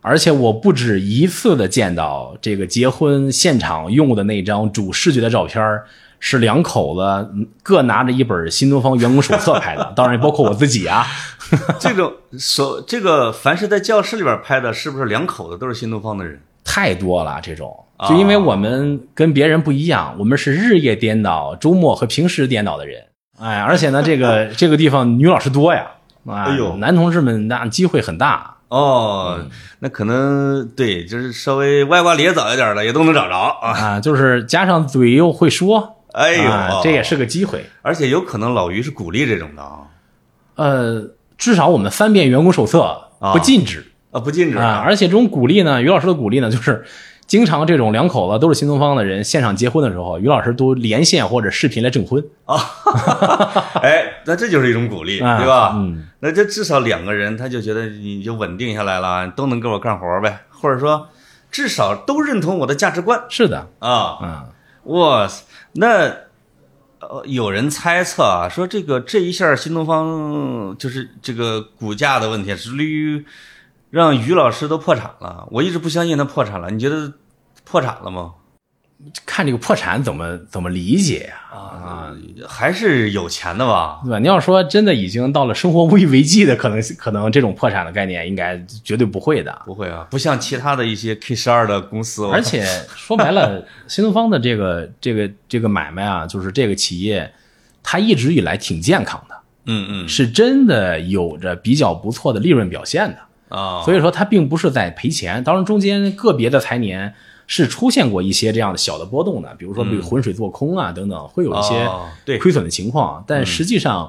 而且我不止一次的见到这个结婚现场用的那张主视觉的照片儿是两口子嗯各拿着一本新东方员工手册拍 的，当然包括我自己啊。
这种所这个凡是在教室里边拍的，是不是两口子都是新东方的人？
太多了，这种
啊
就因为我们跟别人不一样，我们是日夜颠倒，周末和平时颠倒的人。哎，而且呢，这个这个地方女老师多呀，啊，
哎呦
男同志们那机会很大。
哦，那可能对，就是稍微歪瓜裂枣一点的也都能找着啊。
啊，就是加上嘴又会说，
哎呦，
啊这也，是个机会。
而且有可能老于是鼓励这种的啊，
呃，至少我们翻遍员工手册
啊
不禁止
啊，不禁止
啊而且这种鼓励呢，于老师的鼓励呢，就是经常这种两口子都是新东方的人，现场结婚的时候，于老师都连线或者视频来证婚，
啊 哎，那这就是一种鼓励，
啊
对吧？
嗯，
那这至少两个人他就觉得你就稳定下来了，都能给我干活呗，或者说至少都认同我的价值观
是的，
啊。
啊，
哇塞，那呃，有人猜测啊，说这个这一下新东方就是这个股价的问题，是于让于老师都破产了。我一直不相信他破产了，你觉得破产了吗？
看这个破产怎么怎么理解呀、
啊，还是有钱的吧？
对吧？你要说真的已经到了生活无以为继的可能，可能这种破产的概念应该绝对不 会的。
不会啊，不像其他的一些 K 十二的公司，我
而且说白了，新东方的这个这个这个买卖啊，就是这个企业，它一直以来挺健康的，
嗯
是真的有着比较不错的利润表现的，
嗯啊，
所以说它并不是在赔钱。当然，中间个别的财年是出现过一些这样的小的波动的，比如说被浑水做空啊等等，会有一些
嗯哦对
亏损的情况。但实际上，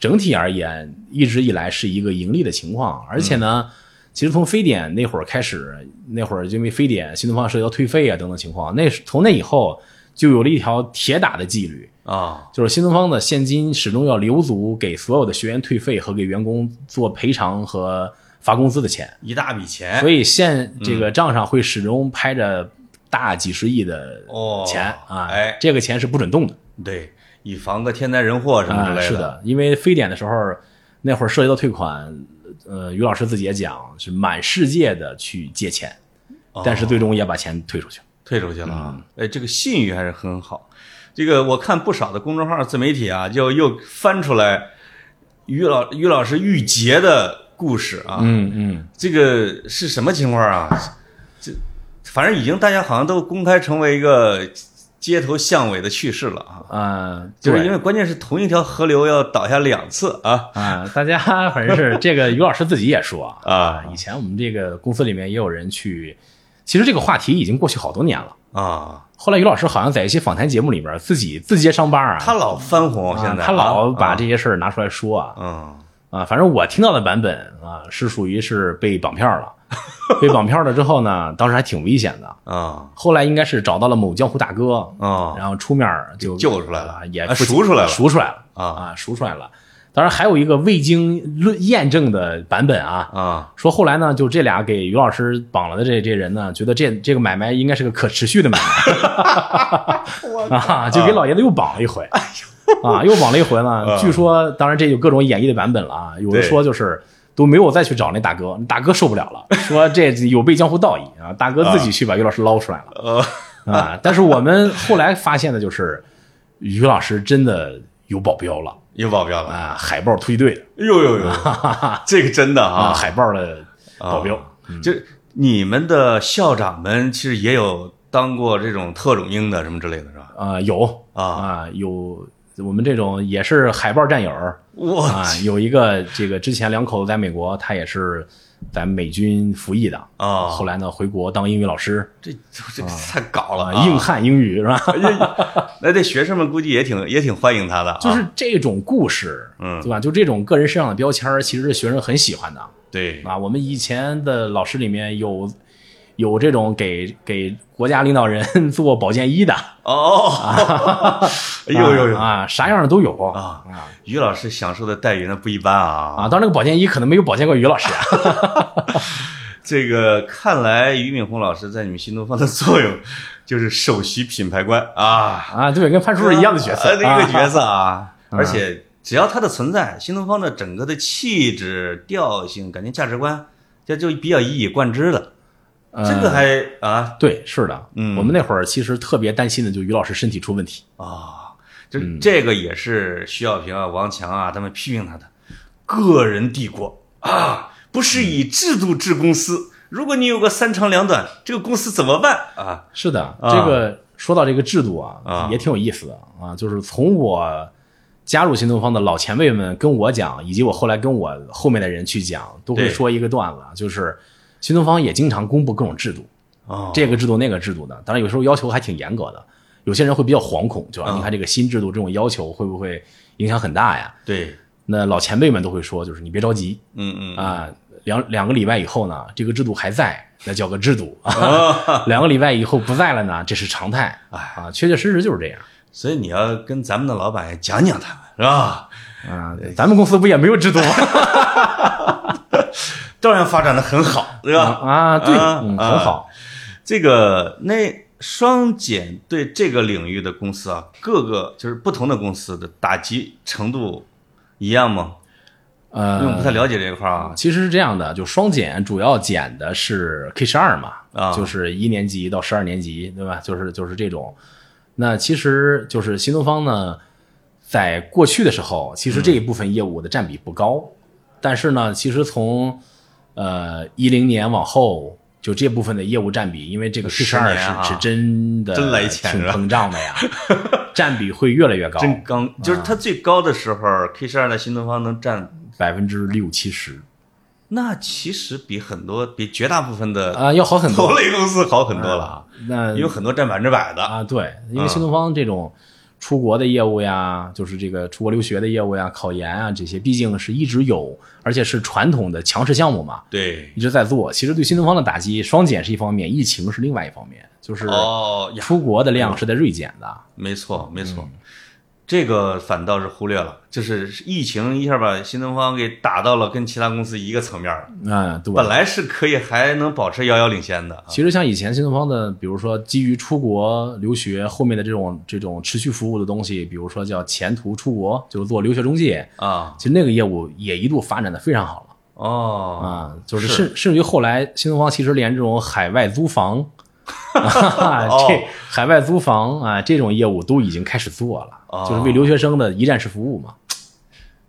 整体而言，一直以来是一个盈利的情况。而且呢，
嗯
其实从非典那会儿开始，那会儿因为非典新东方社要退费啊等等情况，那是从那以后就有了一条铁打的纪律。
啊
就是新东方的现金始终要留足给所有的学员退费和给员工做赔偿和发工资的钱，
一大笔钱
所以
嗯
现这个账上会始终拍着大几十亿的
哦
钱啊，
哎
这个钱是不准动的
对，以防个天灾人祸什么之
啊，
类
是的，因为非典的时候那会儿涉及到退款，呃，于老师自己也讲是满世界的去借钱，
哦
但是最终也把钱退出去。
退出去了啊！
嗯
哎，这个信誉还是很好。这个我看不少的公众号自媒体啊，就又翻出来于老于老师郁结的故事啊。
嗯嗯，
这个是什么情况啊？这反正已经大家好像都公开成为一个街头巷尾的趣事了啊。
啊，
就是
对
因为关键是同一条河流要倒下两次啊
啊，大家 反正是这个于老师自己也说啊。
啊
以前我们这个公司里面也有人去，其实这个话题已经过去好多年了。
啊！
后来于老师好像在一些访谈节目里面自己自揭伤疤啊，
他老翻红，现
啊
在
他老把
啊
这些事儿拿出来说啊
嗯
啊，反正我听到的版本啊是属于是被绑票了，被绑票了之后呢，当时还挺危险的。
啊
后来应该是找到了某江湖大哥，
啊
然后出面就
救出来了
啊也
啊
不
赎出来了
赎出来了
啊
啊，赎出来了。当然还有一个未经论验证的版本啊，
啊，
说后来呢，就这俩给于老师绑了的这这人呢，觉得这这个买卖应该是个可持续的买 卖，啊，就给老爷子又绑了一回，啊，又绑了一回呢。
哎嗯
据说，当然这有各种演绎的版本了啊，有的
对
说就是。都没有再去找那大哥，大哥受不了了，说这有悖江湖道义啊！大哥自己去把于老师捞出来了，
呃，
啊，但是我们后来发现的就是，于老师真的有保镖了
有保镖了，
啊，海豹突击队的
哎呦呦呦，这个真的
啊，
啊，
海豹的保镖，
就是你们的校长们其实也有当过这种特种兵的什么之类的，是吧？
啊、有
啊
有我们这种也是海豹战 友儿
我
啊，有一个这个之前两口子在美国，他也是在美军服役的
啊
后来呢回国当英语老师
这这这个太搞了
啊，
啊哎
硬汉英语是吧？
那这学生们估计也挺也挺欢迎他的啊，
就是这种故事，
嗯
对吧？就这种个人身上的标签儿，其实是学生很喜欢的。
对
啊，我们以前的老师里面有有这种给给国家领导人 做保健医的，
哦，哎呦呦呦，
啊，啥样的都有
啊于老师享受的待遇那不一般啊！
啊！当然，那个保健医可能没有保健过于老师啊，
这个看来俞敏洪老师在你们新东方的作用就是首席品牌官啊，
啊对，跟潘叔是一样的角色，
啊一个
啊
角色 啊，而且只要他的存在，新东方的整个的气质、调性、感觉、价值观，这就比较一以贯之了。
嗯
这个还啊
对，是的，
嗯
我们那会儿其实特别担心的，就于老师身体出问题，
啊，这
嗯
这个也是徐小平啊、王强啊他们批评他的个人帝国啊，不
嗯
是以制度治公司。如果你有个三长两短，这个公司怎么办啊？
是的，
啊
这个说到这个制度啊，
啊
也挺有意思的啊，就是从我。加入新东方的老前辈们跟我讲，以及我后来跟我后面的人去讲，都会
对
说一个段子啊，就是新东方也经常公布各种制度，
哦，
这个制度那个制度的，当然有时候要求还挺严格的，有些人会比较惶恐，就吧？
嗯
你看这个新制度这种要求会不会影响很大呀？
对，
那老前辈们都会说，就是你别着急
嗯嗯
啊，两两个礼拜以后呢，这个制度还在，那叫个 制度；
啊，
两个礼拜以后不在了呢，这是常态
哎
啊，确确实实就是这样
所以你要跟咱们的老板也讲讲他们是吧？
啊。
哎
咱们公司不也没有制度吗？
照样发展的很好，对吧？
啊，对，
啊
嗯，
啊
很好，
这个那双减对这个领域的公司啊，各个就是不同的公司的打击程度一样吗？因为我
呃
不。太了解这一块儿啊。
其实是这样的，就双减主要减的是 K 十二嘛，
啊
就是一年级到十二年级，对吧？就是就是这种。那其实就是新东方呢，在过去的时候，其实
嗯
这一部分业务的占比不高，但是呢，其实从呃一零年往后，就这部分的业务占比，因为这个 K 十
10
二
年
是、
啊
是真的
真来钱
挺
是吧
膨胀的 呀，占比会越来越高，
真
啊
刚，就是它最高的时候，K 十二在新东方能占，
百分之六七十
那其实比很多比绝大部分的
啊，要 好很
投
多
类公司好很多了啊，
那
有很多占百分之百的。
啊，对，因
嗯
为新东方这种出国的业务呀，就是这个出国留学的业务呀、考研啊这些，毕竟是一直有，而且是传统的强势项目嘛，
对，
一直在做。其实对新东方的打击，双减是一方面，疫情是另外一方面，就是
哦呀，
出国的量是在锐减的。
没错，没错，
嗯
这个反倒是忽略了，就是疫情一下把新东方给打到了跟其他公司一个层面了。
嗯，对。
本来是可以还能保持遥遥领先的啊，
其实像以前新东方的，比如说基于出国留学后面的这种这种持续服务的东西，比如说叫前途出国，就是做留学中介，
啊
其实那个业务也一度发展的非常好了。
哦
啊，就是
是
甚甚至于后来新东方其实连这种海外 租房，啊、
哦
这海外租房啊这种业务都已经开始做了，
哦
就是为留学生的一站式服务嘛。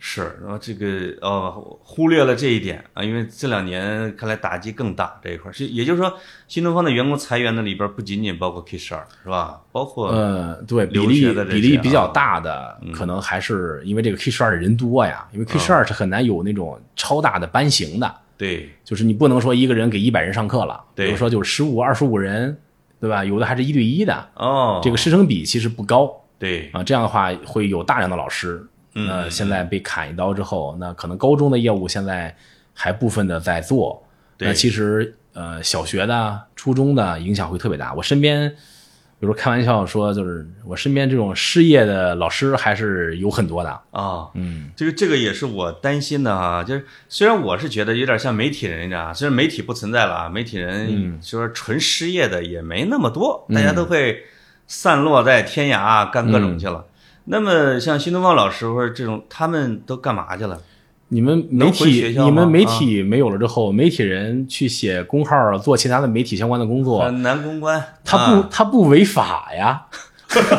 是，然后这个哦忽略了这一点啊，因为这两年看来打击更大这一块儿，是也就是说新东方的员工裁员的里边不仅仅包括 K 十二是吧？包括、
呃，对，比
留
例
学的这些
比例比较
啊
大的，可能还是因为这个 K 十二的人多呀，因为 K
嗯
十二是很难有那种超大的班型的，
对
就是你不能说一个人给一百人上课了，比如
对
说就十五二十五人，对吧？有的还是一对一的，
哦
这个师生比其实不高。
对
啊，这样的话会有大量的老师。
嗯
那现在被砍一刀之后，那可能高中的业务现在还部分的在做。
对
那其实呃，小学的、初中的影响会特别大。我身边有时候开玩笑说，就是我身边这种失业的老师还是有很多的。
啊，嗯，这个这个也是我担心的啊，就是虽然我是觉得有点像媒体人这样，虽然媒体不存在了啊，媒体人
嗯
就是纯失业的也没那么多，大家都会散落在天涯啊干各种去了。
嗯
那么像新东方老师或者这种，他们都干嘛去了？
你们媒
能回学
体，
校吗啊
你们媒体没有了之后，媒体人去写公号啊，做其他的媒体相关的工作，
很难公关，
他不
啊、
他不违法呀？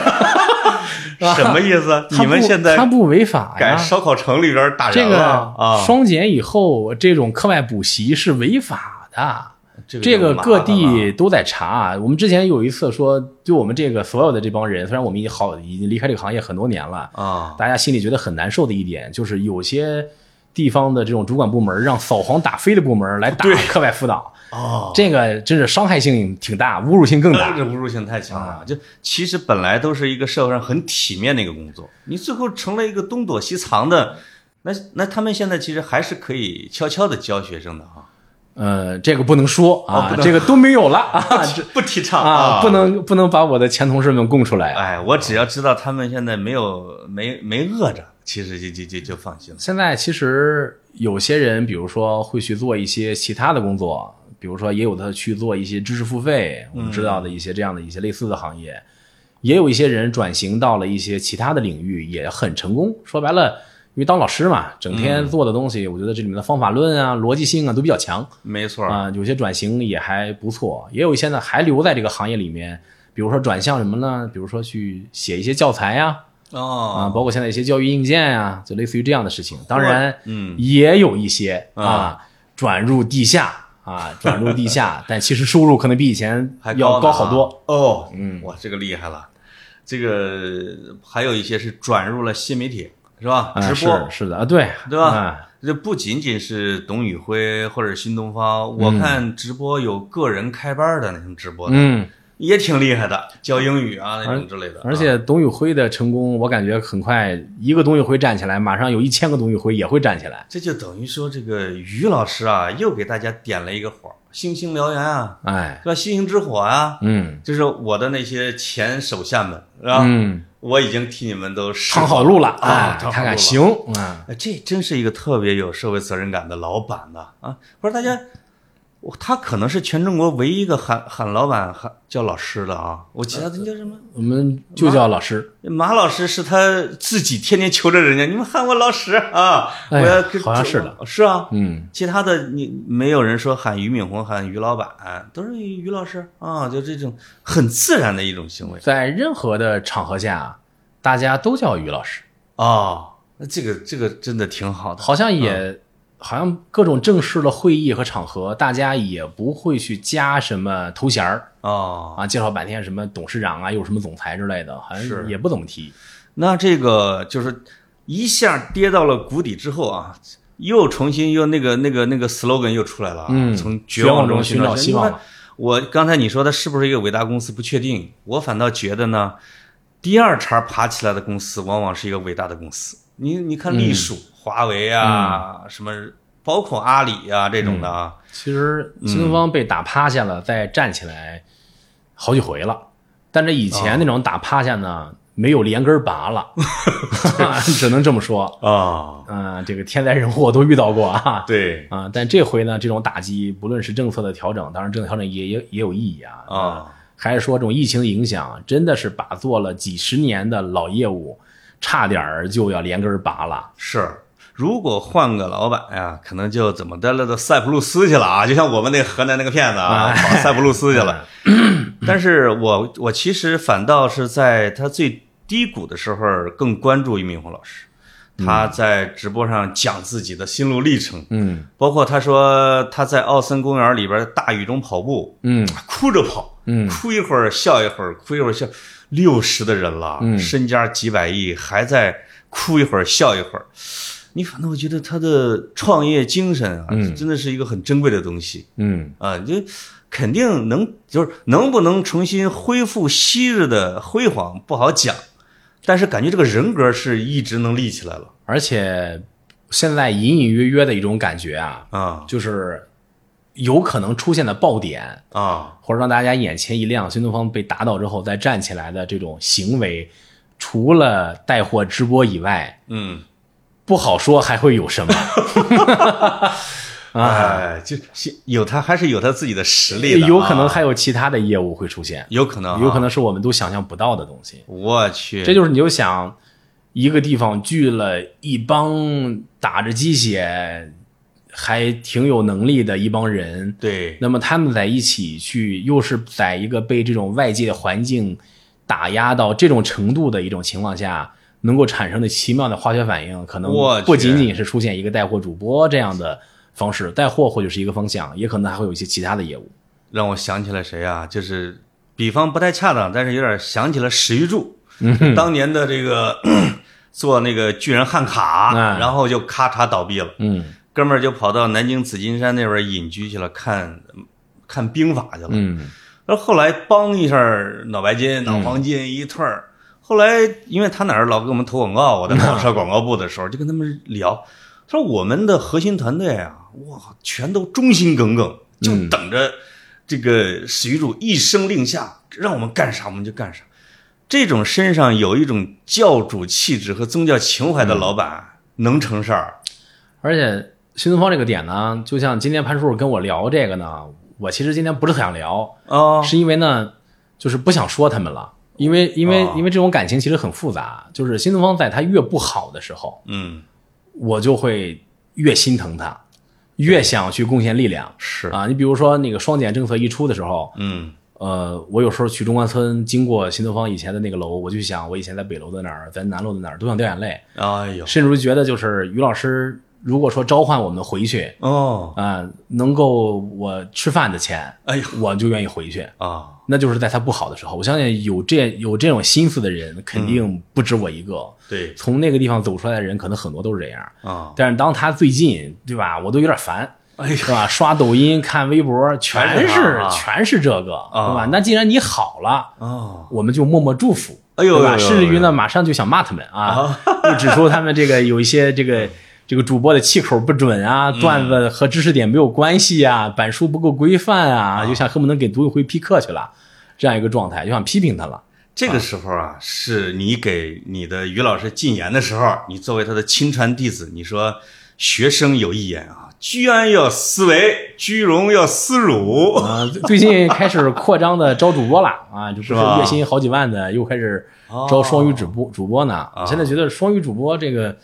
啊什么意思？
啊他不
你们现
他
在
不违法
改
呀？
烧烤城里边打
这
人了
个
啊？
双减以后，这种课外补习是违法的。
这
这
就
个
麻烦
各
了
地都在查。我们之前有一次说，对我们这个所有的这帮人，虽然我们已经好已经离开这个行业很多年了，
啊，
大家心里觉得很难受的一点，就是有些地方的这种主管部门让扫黄打非的部门来打课外辅导，
哦，
这个真是伤害性挺大，侮辱性更
那
大。
这侮辱性太强了。啊就其实本来都是一个社会上很体面的一个工作，你最后成了一个东躲西藏的，那那他们现在其实还是可以悄悄的教学生的啊，
呃，这个不能说
哦
啊，
不能
这个都没 有了啊这
不提倡
啊，不。能不能把我的前同事们供出来啊。
哎，我只要知道他们现在没有没没饿着，其实就就就就放心了。
现在其实有些人，比如说会去做一些其他的工作，比如说也有的去做一些知识付费，我们知道的一些这样的一些类似的行业，也有一些人转型到了一些其他的领域，也很成功。说白了，因为当老师嘛，整天做的东西，我觉得这里面的方法论啊、逻辑性啊都比较强
没错儿，
啊、有些转型也还不错，也有一些呢还留在这个行业里面，比如说转向什么呢？比如说去写一些教材呀、啊，
哦，
包括现在一些教育硬件呀、就类似于这样的事情。当然，
嗯，
也有一些啊转入地下啊，转入地下， 但其实收入可能比以前
还
要
高
高
呢
好多。
啊哦，嗯，哇，这个厉害了。这个还有一些是转入了新媒体，是吧？
啊，
直播、
是是的啊，对
对吧
啊
这不仅仅是董宇辉或者新东方，我看直播有个人开班的那种直播的，
嗯，
也挺厉害的，教英语啊那种之类的。
而且董宇辉的成功，我感觉很快一个董宇辉站起来，马上有一千个董宇辉也会站起来。
这就等于说，这个于老师啊，又给大家点了一个火，星星燎原啊，
哎，
是吧？星星之火啊，
嗯
就是我的那些前手下们，是吧？
嗯，
我已经替你们都试
趟好路了
啊，
哎
趟好
看
路
看
了
行啊，
哎，这真是一个特别有社会责任感的老板呐！啊！不是大家，我他可能是全中国唯一一个喊喊老板喊叫老师的啊！我其他的叫什么？
我们就叫老师。
马老师是他自己天天求着人家，你们喊我老师啊！我
哎呀
要跟
好像是的，
是啊。
嗯，
其他的你没有人说喊俞敏洪、喊于老板，都是于老师啊，就这种很自然的一种行为
在任何的场合下，大家都叫于老师。
啊。那这个这个真的挺好的，
好像也、好像各种正式的会议和场合，大家也不会去加什么头衔儿
哦。
啊，介绍半天什么董事长啊，又什么总裁之类的，好
是
像也不怎么提。
那这个就是一下跌到了谷底之后啊，又重新又那个那个那个 slogan 又出来了啊，
嗯
从绝
绝望
望
中
寻
寻找希望
你看我刚才你说的是不是一个伟大公司不确定，我反倒觉得呢，第二茬爬起来的公司往往是一个伟大的公司。你你
嗯
看隶属、华为啊，什么包括阿里啊这种的啊，
其实新东方被打趴下了，再站起来好几回了，但这以前那种打趴下呢，没有连根儿拔 了，只能这么说。
啊、
啊、这个天灾人祸都遇到过啊。
对
啊，但这回呢，这种打击，不论是政策的调整，当然政策调整也也也有意义啊。
啊、
还是说这种疫情的影响，真的是把做了几十年的老业务，差点儿就要连根儿拔了。
是，如果换个老板呀、可能就怎么的了，到塞浦路斯去了啊，就像我们那河南那个骗子啊，跑塞浦路斯去了。 但是我我其实反倒是在他最低谷的时候更关注俞敏洪老师，他在直播上讲自己的心路历程，
嗯
包括他说他在奥森公园里边大雨中跑步，
嗯
哭着跑，
嗯
哭一会儿笑一会儿，哭一会儿笑，六十的人了，
嗯
身家几百亿，还在哭一会儿笑一会儿，你反倒会觉得他的创业精神啊，
嗯
真的是一个很珍贵的东西
嗯，
啊，你就肯定能，就是能不能重新恢复昔日的辉煌不好讲，但是感觉这个人格是一直能立起来了
而且现在隐隐约约的一种感觉啊，
啊，
就是有可能出现的爆点，
啊，
或者让大家眼前一亮，新东方被打倒之后再站起来的这种行为，除了带货直播以外，
嗯，
不好说还会有什么。啊
哎，就是有他还是有他自己的实力的啊，
有可能还有其他的业务会出现，
有可能啊
有可，能是我们都想象不到的东西。
我去，
这就是你就想，一个地方聚了一帮打着鸡血，还挺有能力的一帮人，
对，
那么他们在一起去，又是在一个被这种外界环境打压到这种程度的一种情况下，能够产生的奇妙的化学反应，可能
我去
不仅仅是出现一个带货主播这样的方式，带货或许是一个方向，也可能还会有一些其他的业务。
让我想起了谁啊？就是比方不太恰当，但是有点想起了史玉柱，当年的这个 做那个巨人汉卡，
嗯
然后就咔嚓倒闭了。
嗯
哥们儿就跑到南京紫金山那边隐居去了，看看兵法去了。
嗯
那、后来梆一下儿脑白金、脑黄金一退儿。后来因为他哪儿老给我们投广告，我在报 社广告部的时候就跟他们聊，他说我们的核心团队啊，哇，全都忠心耿耿，就等着这个史玉柱一声令下，让我们干啥我们就干啥。这种身上有一种教主气质和宗教情怀的老板，能成事儿。
而且新东方这个点呢，就像今天潘叔跟我聊这个呢，我其实今天不是很想聊，
哦，
是因为呢，就是不想说他们了，因为因为、
哦
因为这种感情其实很复杂，就是新东方在他越不好的时候，
嗯，
我就会越心疼他，越想去贡献力量。
是，
啊，你比如说那个双减政策一出的时候，
嗯
呃，我有时候去中关村经过新东方以前的那个楼，我就想我以前在北楼的哪儿，在南楼的哪儿都想掉眼泪，
哎呦，
甚至觉得就是于老师如果说召唤我们回去，
哦，
啊、能够我吃饭的钱，
哎呦
我就愿意回去。
啊，
那就是在他不好的时候，我相信有这有这种心思的人
嗯
肯定不止我一个。
对，
从那个地方走出来的人，可能很多都是这样。
啊，
但是当他最近，对吧？我都有点烦，
哎呦
是吧？刷抖音、看微博，全
全是
是
他啊
全是这个，
啊
对吧？那既然你好了，
哦，
我们就默默祝福，
哎呦
对
哎
吧？
呦
甚至于
哎
呢，
呦
马上就想骂他们啊，就指出他们这个有一些这个这个主播的气口不准啊，
嗯
段子和知识点没有关系啊，板书不够规范啊，就想恨不能给组委会批课去了，这样一个状态，就想批评他了。
这个时候啊，是你给你的于老师进言的时候，你作为他的亲传弟子，你说学生有一言啊，居安要思危，居荣要思辱，
啊，最近开始扩张的招主播了啊，就不是哦
吧
月薪好几万的，又开始招双语主播主播呢。我现在觉得双语主播这个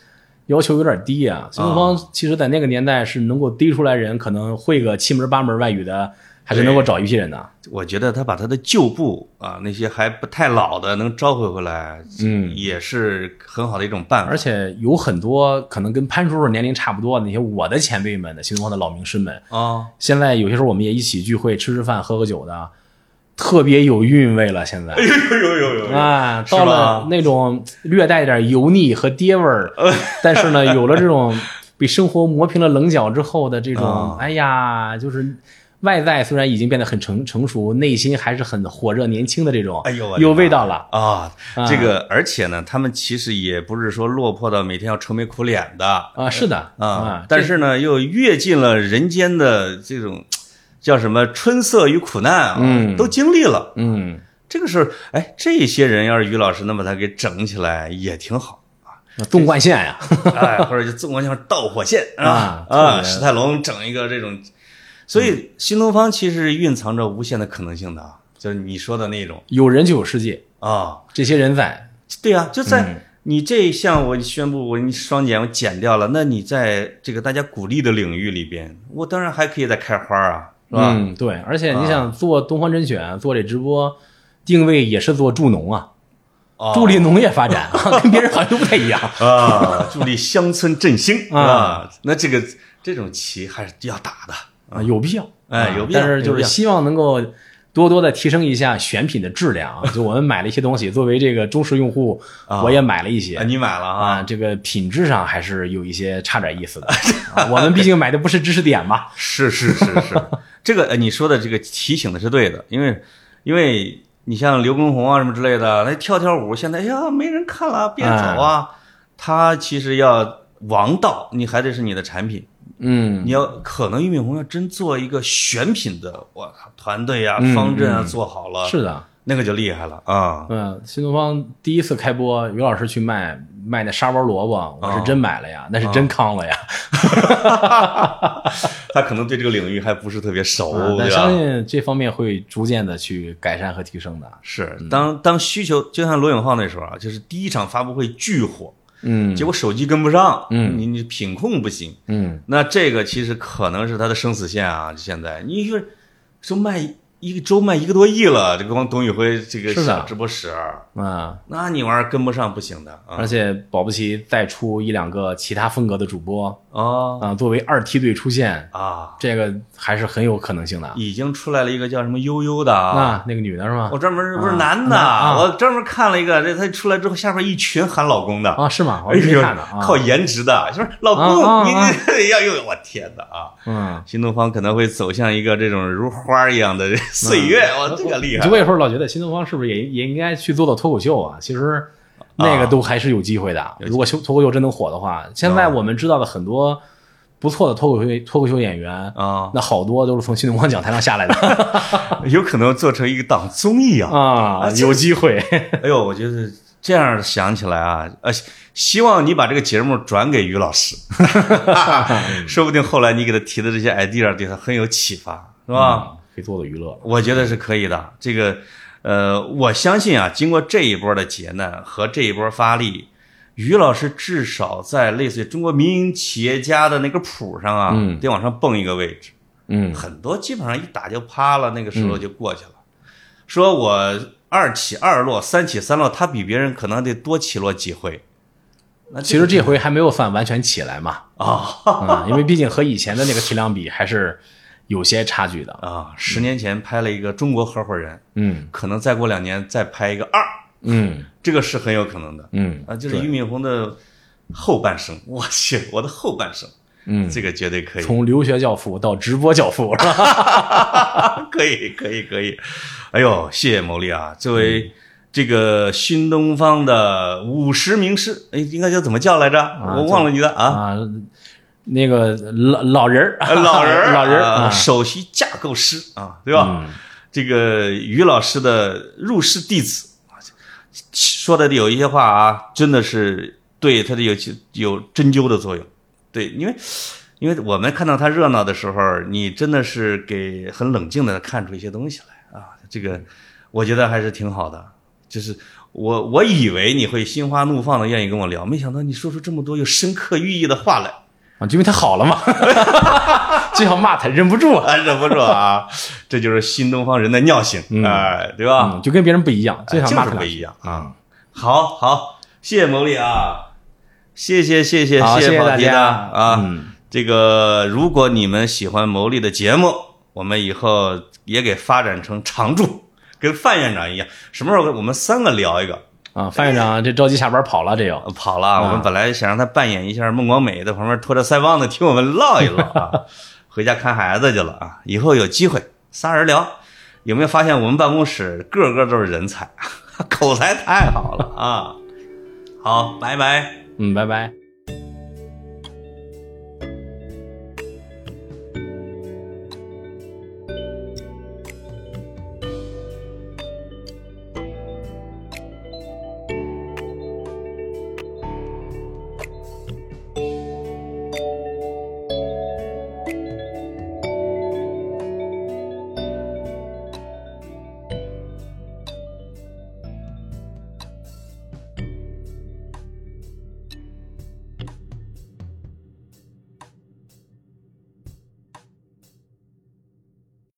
要求有点低啊。新东方其实在那个年代是能够滴出来人，可能会个七门八门外语的，还是能够找一批人的。
我觉得他把他的旧部啊，那些还不太老的能召回回来，
嗯
也是很好的一种办法
而。且有很多可能跟潘叔叔年龄差不多的那些我的前辈们的新东方的老名师们，
啊，
现在有些时候我们也一起聚会吃吃饭喝喝酒的，特别有韵味了。现在
哎呦呦呦呦呦，
啊，
是吧
到了那种略带点油腻和爹 味儿，但是呢，有了这种被生活磨平了棱角之后的这种，
啊
哎呀，就是外在虽然已经变得很成成熟，内心还是很火热年轻的这种，
哎呦我的妈
有味道了。
啊
啊，
这个，而且呢，他们其实也不是说落魄到每天要愁眉苦脸的啊，
啊，是的啊，
但是呢，又阅尽了人间的这种叫什么春色与苦难啊，
嗯
都经历了。
嗯，
这个时候，哎，这些人要是于老师能把他给整起来，也挺 好。
纵贯线呀，
哎，或者就纵观像导火线啊
啊
啊，
特别嗯
史泰龙整一个这种，所以新东方其实蕴藏着无限的可能性的，啊，就是你说的那种
有人就有世界，
啊。
这些人在，
对啊，就在、
嗯
你这一项我宣布我你双减我减掉了，那你在这个大家鼓励的领域里边，我当然还可以再开花啊，是吧？啊
嗯，对，而且你想做东方甄选，做这直播定位也是做助农啊，
哦
助力农业 发展啊，跟别人好像都不太一样。
啊，助力乡村振兴
啊
啊，那这个这种棋还是要打的。
啊，有必要，
哎
啊
有必要
但是就是希望能够多多的提升一下选品的质量 啊。就我们买了一些东西，作为这个忠实用户，
啊
我也买了一些
啊，你买了
啊，这个品质上还是有一些差点 意思的。啊我们毕竟买的不是知识点嘛，
是是是 是，这个呃你说的这个提醒的是对的，因为因为你像刘畊宏啊什么之类的，那跳跳舞现在哎呀没人看啊了，别走啊，他其实要王道，你还得是你的产品，
嗯，
你要可能俞敏洪要真做一个选品的，我靠，团队啊、方阵啊做好了，
嗯是的，
那个就厉害了啊。
嗯，新东方第一次开播，于老师去卖卖那沙包萝卜，我
哦
是真买了呀，那是真康了呀。
他可能对这个领域还不是特别熟，
嗯但
对
相
吧？
信这方面会逐渐的去改善和提升的。
是，当当需求就像罗永浩那时候啊，就是第一场发布会巨火，
嗯
结果手机跟不上，嗯，你你品控不行，
嗯，
那这个其实可能是他的生死线啊！现在你说说卖一个周卖一个多亿了，这光董宇辉这个
是的
小直播室，
啊、
那你玩意儿跟不上不行的啊！
而且保不齐再出一两个其他风格的主播
哦
啊、作为二梯队出现，
啊，
这个还是很有可能性的。
已经出来了一个叫什么悠悠的啊。
那那个女的是吗
我？专门不是男的，
男啊
我专门看了一个，这他出来之后，下边一群喊老公的，
啊，是吗？我
哎
还没
呦
看呢啊。，
靠颜值的，就是老
啊啊
公，你
啊
你 要用我天哪啊！
嗯，
新东方可能会走向一个这种如花一样的这岁月， 哇，这个厉害
只不！过有时候老觉得新东方是不是也也应该去做做脱口秀啊？其实那个都还是有机会的。如果秀脱口秀真能火的话，现在我们知道的很多不错的脱口秀脱口秀演员
啊，
那好多都是从新东方讲台上下来的
有可能做成一个档综艺啊！
啊，有机会。
哎呦，我觉得这样想起来啊，呃，希希望你把这个节目转给于老 师， 说不定后来你给他提的这些 idea 对他很有启发，是吧？
啊， 可以做做娱乐了。
我觉得是可以的。这个，呃，我相信啊，经过这一波的劫难和这一波发力，于老师至少在类似于中国民营企业家的那个谱上啊，
嗯
得往上蹦一个位置。
嗯
很多基本上一打就趴了，那个时候就过去了。说我二起二落，三起三落，他比别人可能得多起落几回。那
其实这回还没有算完全起来嘛，
啊
啊、因为毕竟和以前的那个体量比还是有些差距的。
啊，十年前拍了一个中国合伙人，
嗯
可能再过两年再拍一个二，
嗯
这个是很有可能的。
嗯
啊，就是俞敏洪的后半生， 我去，我的后半生，
嗯，
这个绝对可以，
从留学教父到直播教父是吧？
啊可以，可以，可以。哎呦，谢谢牟力啊！作为这个新东方的五十名师，哎，应该叫怎么叫来着？我忘了你的啊，
啊，那个老老人儿，
呃老人儿，
老人儿
啊
啊，嗯
首席架构师啊，对吧？这个于老师的入室弟子，啊说的有一些话啊，真的是对他的有有针灸的作用。对，因为因为我们看到他热闹的时候，你真的是给很冷静的看出一些东西来啊。这个我觉得还是挺好的，就是我我以为你会心花怒放的愿意跟我聊，没想到你说出这么多有深刻寓意的话来。
啊就因为他好 了嘛，就想骂他，忍不住啊，
啊，忍不住啊，这就是新东方人的尿性，哎、对吧？
嗯就跟别人不一样，就
哎
想骂
就是
他
不
两句。
一样啊。好好，谢谢牟力啊，谢谢谢谢
好谢
谢
谢
跑
大
题
家
的啊。
嗯
这个如果你们喜欢牟力的节目，我们以后也给发展成常驻，跟范院长一样，什么时候我们三个聊一个？
啊，范院
哎
长这着急下班跑了，这又
呃跑了啊，我们本来想让他扮演一下孟广美，在旁边拖着腮帮子听我们唠一唠啊，回家看孩子去了啊。以后有机会仨人聊，有没有发现我们办公室个个都是 人才，口才太好了啊！好，拜拜。
嗯，拜拜。